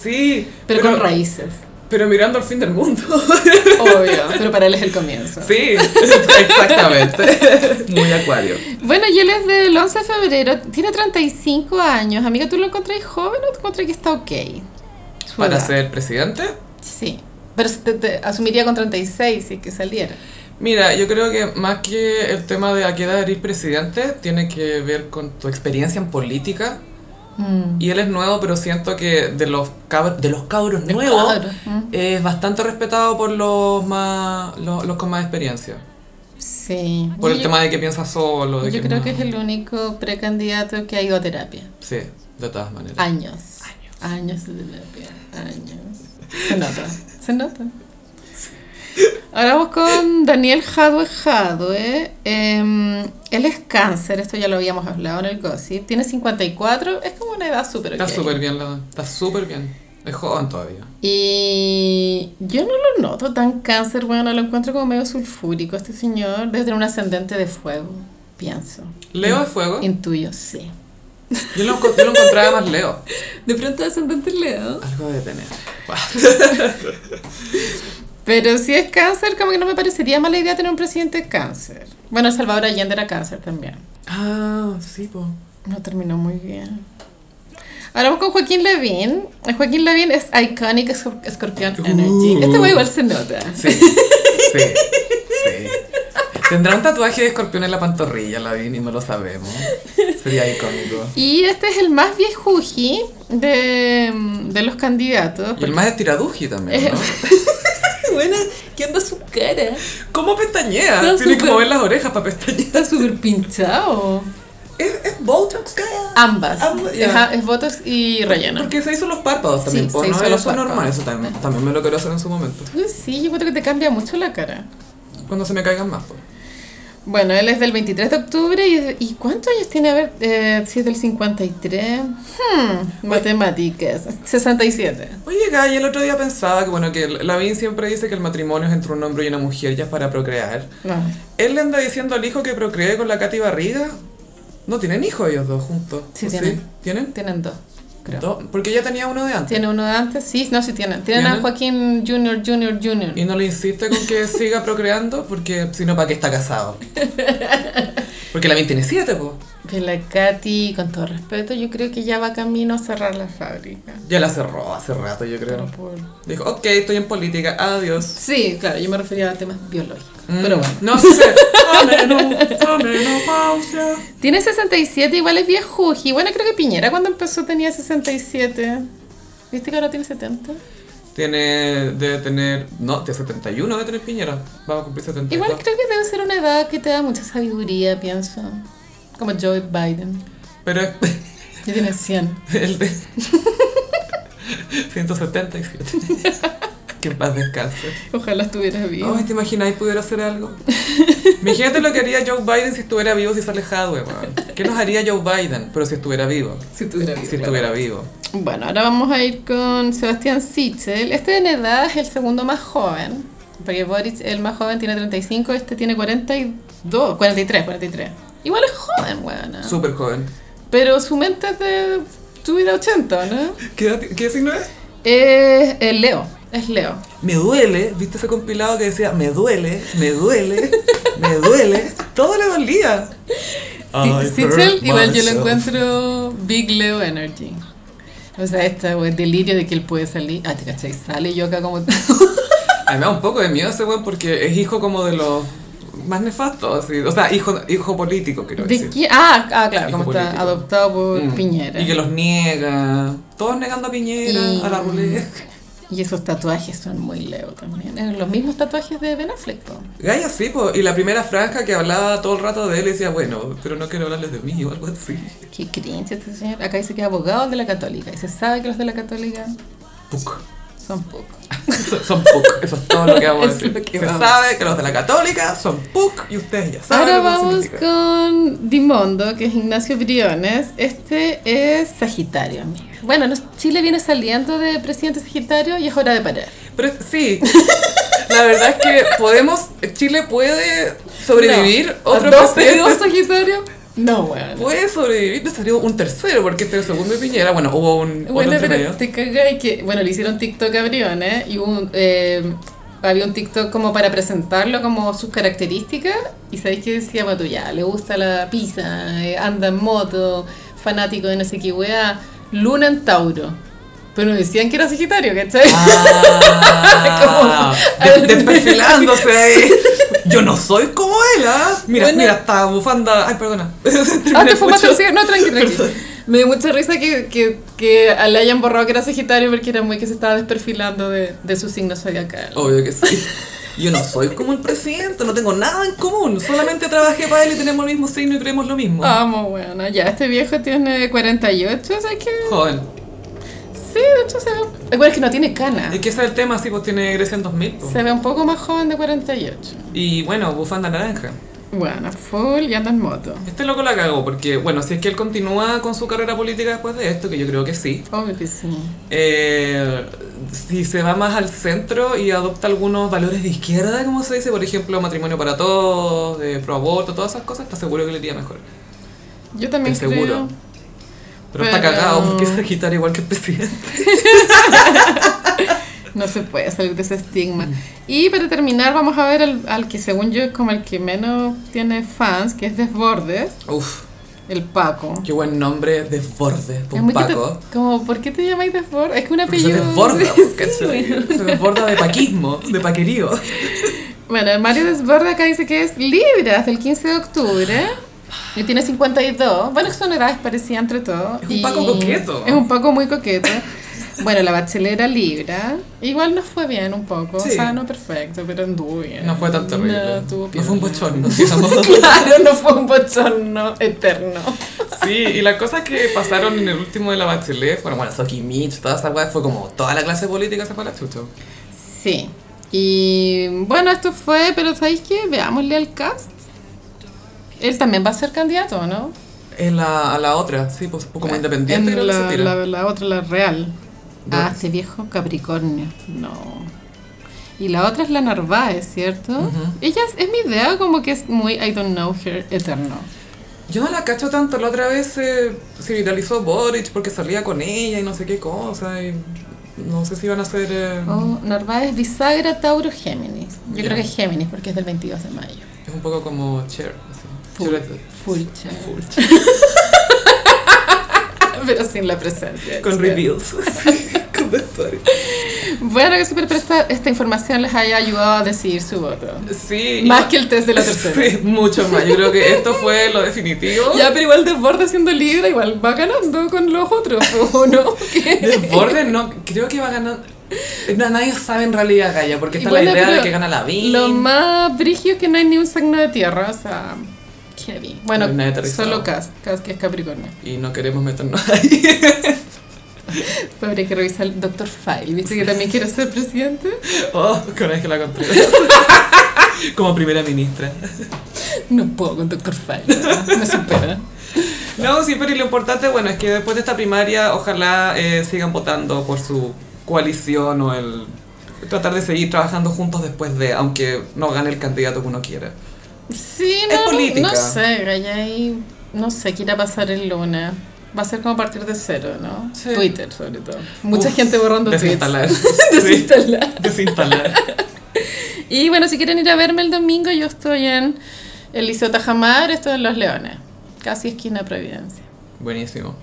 Speaker 1: sí.
Speaker 2: pero, con raíces.
Speaker 1: Pero mirando al fin del mundo. <laughs>
Speaker 2: Obvio, pero para él es el comienzo.
Speaker 1: Sí, <laughs> exactamente. Muy acuario.
Speaker 2: Bueno, y él es del 11 de febrero, tiene 35 años. Amiga, ¿tú lo encontrás joven o te encontrás que está ok? Su
Speaker 1: Para
Speaker 2: edad.
Speaker 1: ser presidente.
Speaker 2: Sí. Pero se te, te asumiría con 36 si es que saliera.
Speaker 1: Mira, yo creo que más que el tema de a qué edad eres presidente, tiene que ver con tu experiencia en política.
Speaker 2: Mm.
Speaker 1: Y él es nuevo, pero siento que de los, cab- de los cabros
Speaker 2: Del
Speaker 1: nuevos
Speaker 2: cabro, mm.
Speaker 1: es bastante respetado por los, más, los, los con más experiencia.
Speaker 2: Sí.
Speaker 1: Por
Speaker 2: Yo-
Speaker 1: el tema de que piensa solo.
Speaker 2: Yo,
Speaker 1: De
Speaker 2: creo
Speaker 1: no-
Speaker 2: que es el único precandidato que ha ido a terapia.
Speaker 1: Sí, de todas maneras.
Speaker 2: Ah, Años. Años. de terapia. Años. Se nota. Se nota. Ahora vamos con Daniel Jadwe Jadwe. Em, él es cáncer, esto ya lo habíamos hablado en el gossip. Tiene 54, es como una edad súper
Speaker 1: Está
Speaker 2: ok.
Speaker 1: súper bien, la, está súper bien. Es joven todavía.
Speaker 2: Y yo no lo noto tan cáncer, bueno, lo encuentro como medio sulfúrico este señor. Debe tener un ascendente de fuego, pienso.
Speaker 1: Leo
Speaker 2: Mm.
Speaker 1: es
Speaker 2: Oh.
Speaker 1: fuego.
Speaker 2: Intuyo, sí.
Speaker 1: Yo lo, encon- yo lo encontraba más Leo.
Speaker 2: De pronto ascendente Leo.
Speaker 1: Algo de tener.
Speaker 2: Pero si es cáncer, como que no me parecería mala idea tener un presidente cáncer. Bueno, Salvador Allende era cáncer también.
Speaker 1: Ah, sí, po.
Speaker 2: No terminó muy bien. Ahora vamos con Joaquín Levin. Joaquín Levin es Iconic Escor- Scorpion
Speaker 1: Uh.
Speaker 2: Energy. Este güey igual se nota.
Speaker 1: Sí, sí, sí. Tendrá un tatuaje de escorpión en la pantorrilla, la vi, y no lo sabemos. Sería icónico.
Speaker 2: Y este es el más viejuji de, de los candidatos.
Speaker 1: Y el más estiraduji también,
Speaker 2: <laughs>
Speaker 1: ¿no?
Speaker 2: bueno, ¿qué onda su cara?
Speaker 1: ¿Cómo pestañea?
Speaker 2: Está
Speaker 1: Tiene que
Speaker 2: súper-
Speaker 1: mover las orejas para pestañear.
Speaker 2: Está súper pinchado.
Speaker 1: ¿Es, es Botox, cara?
Speaker 2: Ambas.
Speaker 1: Ambas, ya.
Speaker 2: Es a- es Botox y relleno.
Speaker 1: Ah, Porque se hizo los párpados también,
Speaker 2: Sí,
Speaker 1: po,
Speaker 2: se
Speaker 1: ¿no?
Speaker 2: hizo
Speaker 1: Eso
Speaker 2: los
Speaker 1: es
Speaker 2: párpados.
Speaker 1: normal, eso también, también me lo quiero hacer en su momento.
Speaker 2: Uy, Sí, yo creo que te cambia mucho la cara.
Speaker 1: Cuando se me caigan más, pues.
Speaker 2: Bueno, él es del 23 de octubre y, ¿y ¿cuántos años tiene? A ver, eh, si es del 53. Hmm, matemáticas. 67.
Speaker 1: Oye, Gaya, el otro día pensaba que, bueno, que Lavín siempre dice que el matrimonio es entre un hombre y una mujer ya es para procrear.
Speaker 2: No.
Speaker 1: Él le anda diciendo al hijo que procree con la Katy Barriga. No tienen hijos ellos dos juntos.
Speaker 2: Sí,
Speaker 1: ¿O
Speaker 2: tienen.
Speaker 1: ¿Tienen?
Speaker 2: Tienen dos, creo.
Speaker 1: Dos, Porque ella tenía uno de antes.
Speaker 2: ¿Tiene uno de antes? Sí, no, sí tienen. Tienen a
Speaker 1: ¿Tienen?
Speaker 2: Joaquín Junior, Junior, Junior.
Speaker 1: Y no le insiste con
Speaker 2: <laughs>
Speaker 1: que siga procreando, porque si no, ¿para qué está casado? Porque Lavín tiene siete, po.
Speaker 2: Que la Katy, con todo respeto, yo creo que ya va camino a cerrar la fábrica.
Speaker 1: Ya la cerró hace rato, yo creo.
Speaker 2: Pero por-
Speaker 1: Dijo, ok, estoy en política, adiós.
Speaker 2: Sí, claro, yo me refería a temas biológicos. Pero
Speaker 1: Mm.
Speaker 2: bueno.
Speaker 1: No sé.
Speaker 2: <laughs>
Speaker 1: Ameno- Amenopausia.
Speaker 2: Tiene 67, igual es viejuji. Bueno, creo que Piñera cuando empezó tenía 67. ¿Viste que ahora tiene 70?
Speaker 1: Tiene, debe tener, no, tiene 71, debe tener Piñera. Vamos a cumplir 72.
Speaker 2: Igual creo que debe ser una edad que te da mucha sabiduría, pienso. Como Joe Biden.
Speaker 1: Pero es- <laughs>
Speaker 2: Ya tiene 100.
Speaker 1: el de- 177. que en paz descanse.
Speaker 2: Ojalá estuviera vivo.
Speaker 1: Ay, ¿te imagináis pudiera hacer algo? <laughs> Imagínate lo que haría Joe Biden si estuviera vivo, si sale Hadwe, weón. ¿Qué nos haría Joe Biden? Pero si estuviera vivo.
Speaker 2: si estuviera vivo.
Speaker 1: Si
Speaker 2: claro.
Speaker 1: estuviera vivo.
Speaker 2: Bueno, ahora vamos a ir con Sebastián Sichel. Este en edad es el segundo más joven. Porque Boric, el más joven, tiene 35, este tiene 42, 43, 43. Igual es joven, weona.
Speaker 1: Súper joven.
Speaker 2: Pero su mente es de subida a 80, ¿no?
Speaker 1: ¿Qué, edad ti- qué signo es?
Speaker 2: Es el Leo, es Leo.
Speaker 1: Me duele, ¿viste ese compilado que decía me duele, me duele, me duele? Todo le dolía. I
Speaker 2: Si- Sichel,
Speaker 1: hurt
Speaker 2: igual yo lo
Speaker 1: myself.
Speaker 2: encuentro Big Leo Energy. O sea, este weón, delirio de que él puede salir. Ah, te cachai, sale yo acá
Speaker 1: <laughs>
Speaker 2: como.
Speaker 1: A mí me da un poco de miedo ese weón porque es hijo como de los más nefastos, así. o sea, hijo, hijo político, quiero
Speaker 2: ¿De
Speaker 1: decir.
Speaker 2: qué? Ah, ah, claro,
Speaker 1: Hijo
Speaker 2: como está
Speaker 1: político.
Speaker 2: adoptado por
Speaker 1: Mm.
Speaker 2: Piñera.
Speaker 1: Y que los niega. Todos negando a Piñera,
Speaker 2: Y-
Speaker 1: a la ruleta.
Speaker 2: Y esos tatuajes son muy leo también. Eran los mismos tatuajes de Ben Affleck, po.
Speaker 1: Gaya sí, po. y la primera franja que hablaba todo el rato de él decía, bueno, pero no quiero hablarles de mí o algo así.
Speaker 2: Qué cringe este señor. Acá dice que es abogado de la católica. Y se sabe que los de la católica
Speaker 1: Puc.
Speaker 2: son pocos.
Speaker 1: Son, son puc, eso es todo lo que vamos a
Speaker 2: Eso es
Speaker 1: decir.
Speaker 2: lo que
Speaker 1: Se
Speaker 2: vamos.
Speaker 1: sabe que los de la católica son puc y ustedes ya saben.
Speaker 2: Ahora
Speaker 1: lo que eso
Speaker 2: vamos
Speaker 1: significa.
Speaker 2: con Dimondo, que es Ignacio Briones. Este es Sagitario, amiga. Bueno, nos- Chile viene saliendo de presidente Sagitario y es hora de parar.
Speaker 1: Pero es- sí, la verdad es que podemos, Chile puede sobrevivir
Speaker 2: No.
Speaker 1: otro
Speaker 2: ¿A dos
Speaker 1: presidente
Speaker 2: seguidos Sagitario? No, bueno.
Speaker 1: Puede sobrevivir, estaría un tercero, porque este es el segundo de Piñera. Bueno, hubo un otro
Speaker 2: Bueno,
Speaker 1: entre
Speaker 2: pero
Speaker 1: medio.
Speaker 2: te cagáis que. Bueno, le hicieron TikTok a Briones y hubo un, eh, había un TikTok como para presentarlo, como sus características. Y sabéis que decía, bueno, tú ya, le gusta la pizza, eh, anda en moto, fanático de no sé qué weá, luna en Tauro. Pero nos decían que era Sagitario, ¿cachai? <laughs>
Speaker 1: Ah,
Speaker 2: Como-
Speaker 1: de- desperfilándose ahí. Yo no soy como él, ¿ah? Mira,
Speaker 2: Bueno.
Speaker 1: mira, está bufanda. Ay, perdona.
Speaker 2: Ah,
Speaker 1: Terminé
Speaker 2: te fumaste
Speaker 1: mucho.
Speaker 2: un cigarro. No, tranqui, tranqui.
Speaker 1: Perdón.
Speaker 2: Me dio mucha risa que, que, que le hayan borrado que era Sagitario porque era muy que se estaba desperfilando de, de su signo zodiacal.
Speaker 1: Obvio que sí. Yo no soy como el presidente, no tengo nada en común. Solamente trabajé para él y tenemos el mismo signo y creemos lo mismo.
Speaker 2: Vamos, bueno, ya este viejo tiene 48, o sea que.
Speaker 1: Joven.
Speaker 2: Sí, de hecho se ve. Igual es que no tiene cana.
Speaker 1: Es que ese es el tema, sí, pues tiene Grecia en 2000. pues.
Speaker 2: Se ve un poco más joven de 48.
Speaker 1: Y bueno, bufanda naranja.
Speaker 2: Bueno, full y anda en moto.
Speaker 1: Este loco la cagó porque, bueno, si es que él continúa con su carrera política después de esto, que yo creo que sí,
Speaker 2: Obvio que sí.
Speaker 1: eh, si se va más al centro y adopta algunos valores de izquierda, como se dice, por ejemplo, matrimonio para todos, eh, pro aborto, todas esas cosas, está seguro que le iría mejor.
Speaker 2: Yo también
Speaker 1: Estoy
Speaker 2: creo.
Speaker 1: seguro. Pero, está
Speaker 2: Pero-
Speaker 1: cagado porque es Sagitario igual que el presidente. <laughs>
Speaker 2: No se puede salir de ese estigma.
Speaker 1: Mm.
Speaker 2: Y para terminar, vamos a ver al, al que, según yo, es como el que menos tiene fans, que es Desbordes,
Speaker 1: Uf,
Speaker 2: el Paco.
Speaker 1: qué buen nombre, Desborde,
Speaker 2: Es
Speaker 1: por
Speaker 2: muy que te-
Speaker 1: Paco.
Speaker 2: como, ¿por qué te llamáis Desbordes? Es que un
Speaker 1: Porque se
Speaker 2: apellido.
Speaker 1: desborda,
Speaker 2: <laughs> Sí,
Speaker 1: ¿cachai?
Speaker 2: bueno.
Speaker 1: se desborda de paquismo, de paquerío.
Speaker 2: Bueno, el Mario Desborda acá dice que es Libra hasta el 15 de octubre. Y tiene 52. Bueno, son edades parecidas entre todos.
Speaker 1: Es un
Speaker 2: y-
Speaker 1: Paco coqueto.
Speaker 2: Es un Paco muy coqueto. Bueno, la bachelera Libra. Igual nos fue bien un poco. O
Speaker 1: Sí.
Speaker 2: sea, no perfecto, pero anduvo bien.
Speaker 1: No fue tan terrible.
Speaker 2: No,
Speaker 1: No,
Speaker 2: estuvo
Speaker 1: fue un
Speaker 2: piola.
Speaker 1: bochorno. digamos.
Speaker 2: <laughs> Claro, no fue un bochorno eterno.
Speaker 1: Sí, y las cosas que pasaron en el último de la Bachelet fueron, bueno, Soki Mitch, toda esa weá, fue como toda la clase política se fue a la chucha.
Speaker 2: Sí. Y bueno, esto fue, pero ¿sabéis qué? Veámosle al cast. Él también va a ser candidato, ¿no?
Speaker 1: En la, a la otra, sí, pues como independiente
Speaker 2: En
Speaker 1: creo que
Speaker 2: la,
Speaker 1: se tira.
Speaker 2: la- la otra, la real.
Speaker 1: Dos.
Speaker 2: Ah, este viejo Capricornio. No. Y la otra es la Narváez, ¿cierto? Ella es, es mi idea, como que es muy I don't know her eterno.
Speaker 1: Mm. Yo no la cacho tanto, la otra vez eh, se viralizó Boric porque salía con ella y no sé qué cosa, y no sé si iban a hacer... eh,
Speaker 2: Oh, Narváez, bisagra, Tauro, Géminis. Yo
Speaker 1: Ya.
Speaker 2: creo que es Géminis porque es del 22 de mayo.
Speaker 1: Es un poco como Cher, así.
Speaker 2: Full,
Speaker 1: Cher-
Speaker 2: full Cher.
Speaker 1: full Cher, <laughs>
Speaker 2: Pero sin la presencia. de
Speaker 1: Con
Speaker 2: Cher. <laughs>
Speaker 1: reveals, con story.
Speaker 2: Bueno, que súper, pero esta, esta información les haya ayudado a decidir su voto.
Speaker 1: Sí.
Speaker 2: Más
Speaker 1: y-
Speaker 2: que el test de la tercera.
Speaker 1: <laughs> Sí, mucho más. Yo creo que esto fue lo definitivo.
Speaker 2: Ya, pero igual Desbordes siendo libre, igual va ganando con los otros, <laughs> ¿o no? ¿Qué?
Speaker 1: Desbordes no, creo que va a ganar. No, nadie sabe en realidad, Gaya, porque está
Speaker 2: Bueno,
Speaker 1: la idea de
Speaker 2: pero
Speaker 1: que gana la Vin.
Speaker 2: Lo más brígido es que no hay ni un signo de tierra, o sea, heavy. Bueno,
Speaker 1: No hay nada aterrizado.
Speaker 2: solo Cas, Cas que es Capricornio.
Speaker 1: Y no queremos meternos ahí.
Speaker 2: Pues habría que revisar el Dr. File, ¿viste? Que también quiere ser presidente.
Speaker 1: Oh, que una vez que la <laughs> encontré. Como primera ministra.
Speaker 2: No puedo con Dr. File, ¿verdad? me supera.
Speaker 1: No, sí, pero y lo importante, bueno, es que después de esta primaria, ojalá eh, sigan votando por su coalición o el tratar de seguir trabajando juntos después de, aunque no gane el candidato que uno quiera.
Speaker 2: Sí,
Speaker 1: Es
Speaker 2: no,
Speaker 1: política.
Speaker 2: no sé, Gaya, y no sé qué irá a pasar el lunes. Va a ser como a partir de cero, ¿no?
Speaker 1: Sí.
Speaker 2: Twitter, sobre todo. Mucha
Speaker 1: Uf,
Speaker 2: gente borrando tweets. <laughs>
Speaker 1: Desinstalar. Sí,
Speaker 2: Desinstalar.
Speaker 1: desinstalar.
Speaker 2: <laughs> Y bueno, si quieren ir a verme el domingo, yo estoy en el Liceo Tajamar, estoy en Los Leones, casi esquina Providencia.
Speaker 1: Buenísimo.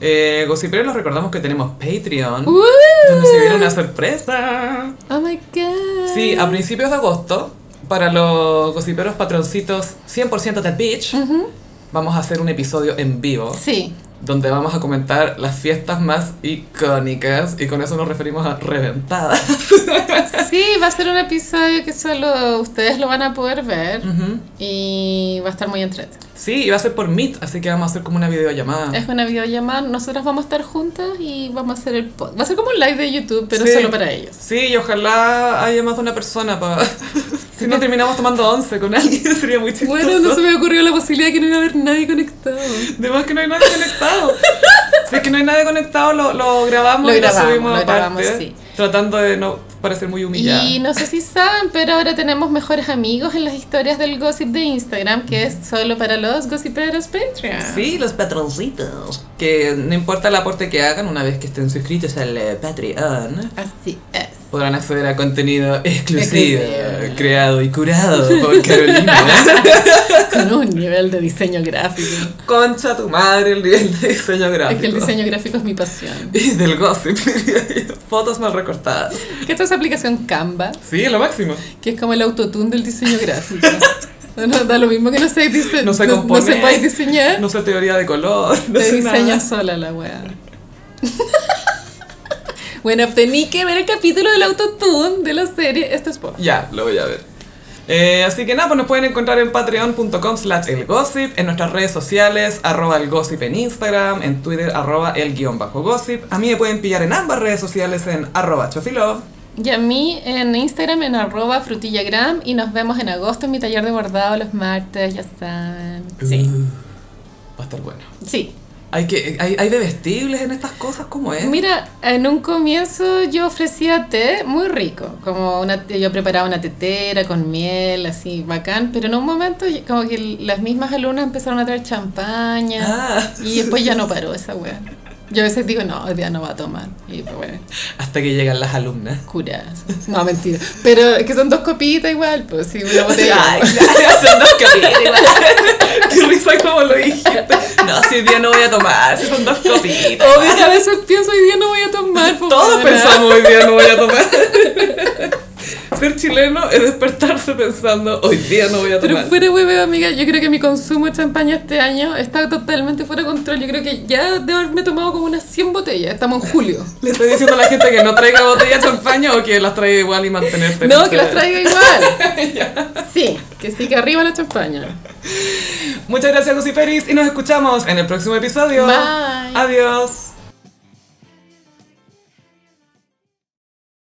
Speaker 1: Eh, Gossiperos, los recordamos que tenemos Patreon,
Speaker 2: ¡Uh!
Speaker 1: Mm. donde se viene una sorpresa.
Speaker 2: Oh my god.
Speaker 1: Sí, a principios de agosto, para los gossiperos patroncitos 100% de Beach, vamos a hacer un episodio en vivo
Speaker 2: Sí,
Speaker 1: donde vamos a comentar las fiestas más icónicas y con eso nos referimos a
Speaker 2: <laughs>
Speaker 1: reventadas.
Speaker 2: sí, va a ser un episodio que solo ustedes lo van a poder ver
Speaker 1: Ujú.
Speaker 2: y va a estar muy entretenido.
Speaker 1: Sí, y va a ser por Meet, así que vamos a hacer como una videollamada.
Speaker 2: Es una videollamada, nosotros vamos a estar juntas y vamos a hacer el podcast. Va a ser como un live de YouTube, pero
Speaker 1: Sí.
Speaker 2: solo para ellos.
Speaker 1: Sí, y ojalá haya más de una persona para... <laughs> si no terminamos tomando once con alguien, <laughs> sería muy chistoso.
Speaker 2: Bueno, no se me ocurrió la posibilidad que no iba a haber nadie conectado.
Speaker 1: De más que no hay nadie conectado. si es que no hay nadie conectado, lo, lo grabamos
Speaker 2: Lo
Speaker 1: y
Speaker 2: grabamos,
Speaker 1: lo subimos
Speaker 2: lo
Speaker 1: aparte.
Speaker 2: grabamos, sí.
Speaker 1: Tratando de no parecer muy humillado.
Speaker 2: Y no sé si saben, pero ahora tenemos mejores amigos en las historias del gossip de Instagram, que es solo para los gossiperos Patreon.
Speaker 1: Sí, los patroncitos. Que no importa el aporte que hagan, una vez que estén suscritos al eh, Patreon,
Speaker 2: Así es. <laughs>
Speaker 1: podrán acceder a contenido exclusivo,
Speaker 2: Exclusivo.
Speaker 1: creado y curado
Speaker 2: <laughs>
Speaker 1: por Carolina.
Speaker 2: Con un nivel de diseño gráfico.
Speaker 1: Concha tu madre el nivel de diseño gráfico.
Speaker 2: Es que el diseño gráfico es mi pasión.
Speaker 1: Y del gossip. Fotos mal recortadas.
Speaker 2: ¿Qué es esa aplicación Canva?
Speaker 1: Sí, lo máximo.
Speaker 2: Que es como el autotune del diseño
Speaker 1: <laughs>
Speaker 2: gráfico. No, no, da lo mismo que no sé dise-
Speaker 1: No sé
Speaker 2: no, no
Speaker 1: componer.
Speaker 2: sepáis diseñar.
Speaker 1: No sé teoría de color. No
Speaker 2: te
Speaker 1: sé nada.
Speaker 2: diseña sola la weá. <laughs> bueno, tenéis que ver el capítulo del autotune de la serie. Esto es por.
Speaker 1: Ya, lo voy a ver. Eh, así que nada, pues nos pueden encontrar en patreon.com slash elgossip, en nuestras redes sociales, arroba elgossip en Instagram, en Twitter, arroba el guión bajo gossip. A mí me pueden pillar en ambas redes sociales en arroba chofilove.
Speaker 2: Y a mí en Instagram en arroba frutillagram y nos vemos en agosto en mi taller de bordado los martes, ya saben. Sí.
Speaker 1: Va a estar bueno.
Speaker 2: Sí.
Speaker 1: Hay, que, hay, hay de vestibles en estas cosas, ¿cómo es?
Speaker 2: Mira, en un comienzo yo ofrecía té muy rico, como una yo preparaba una tetera con miel, así bacán, pero en un momento ya- como que las mismas alumnas empezaron a traer champaña
Speaker 1: Ah,
Speaker 2: y después ya no paró esa wea. Yo a veces digo, no, hoy día no va a tomar. Y pues bueno,
Speaker 1: hasta que llegan las alumnas.
Speaker 2: curas. No, mentira. Pero es que son dos copitas igual, pues sí, una botella.
Speaker 1: <laughs> son dos copitas igual. <laughs> Qué risa como lo dijiste. No, si hoy día no voy a tomar, si son dos copitas.
Speaker 2: Obvio, a veces pienso, hoy día no voy a tomar. pues,
Speaker 1: Todos
Speaker 2: bueno.
Speaker 1: pensamos hoy día no voy a tomar. <laughs> Ser chileno es despertarse pensando hoy día no voy a
Speaker 2: Pero
Speaker 1: tomar.
Speaker 2: fuera hueveo, amiga, yo creo que mi consumo de champaña este año está totalmente fuera de control. Yo creo que ya debo haberme tomado como unas 100 botellas. Estamos en julio.
Speaker 1: Le estoy diciendo a la gente que no traiga botella de champaña o que las traiga igual y mantenerte. en
Speaker 2: No,
Speaker 1: este-
Speaker 2: que las traiga igual.
Speaker 1: <laughs>
Speaker 2: Sí, que sí, que arriba la champaña.
Speaker 1: Muchas gracias, Lucy Peris, y nos escuchamos en el próximo episodio.
Speaker 2: Bye.
Speaker 1: Adiós.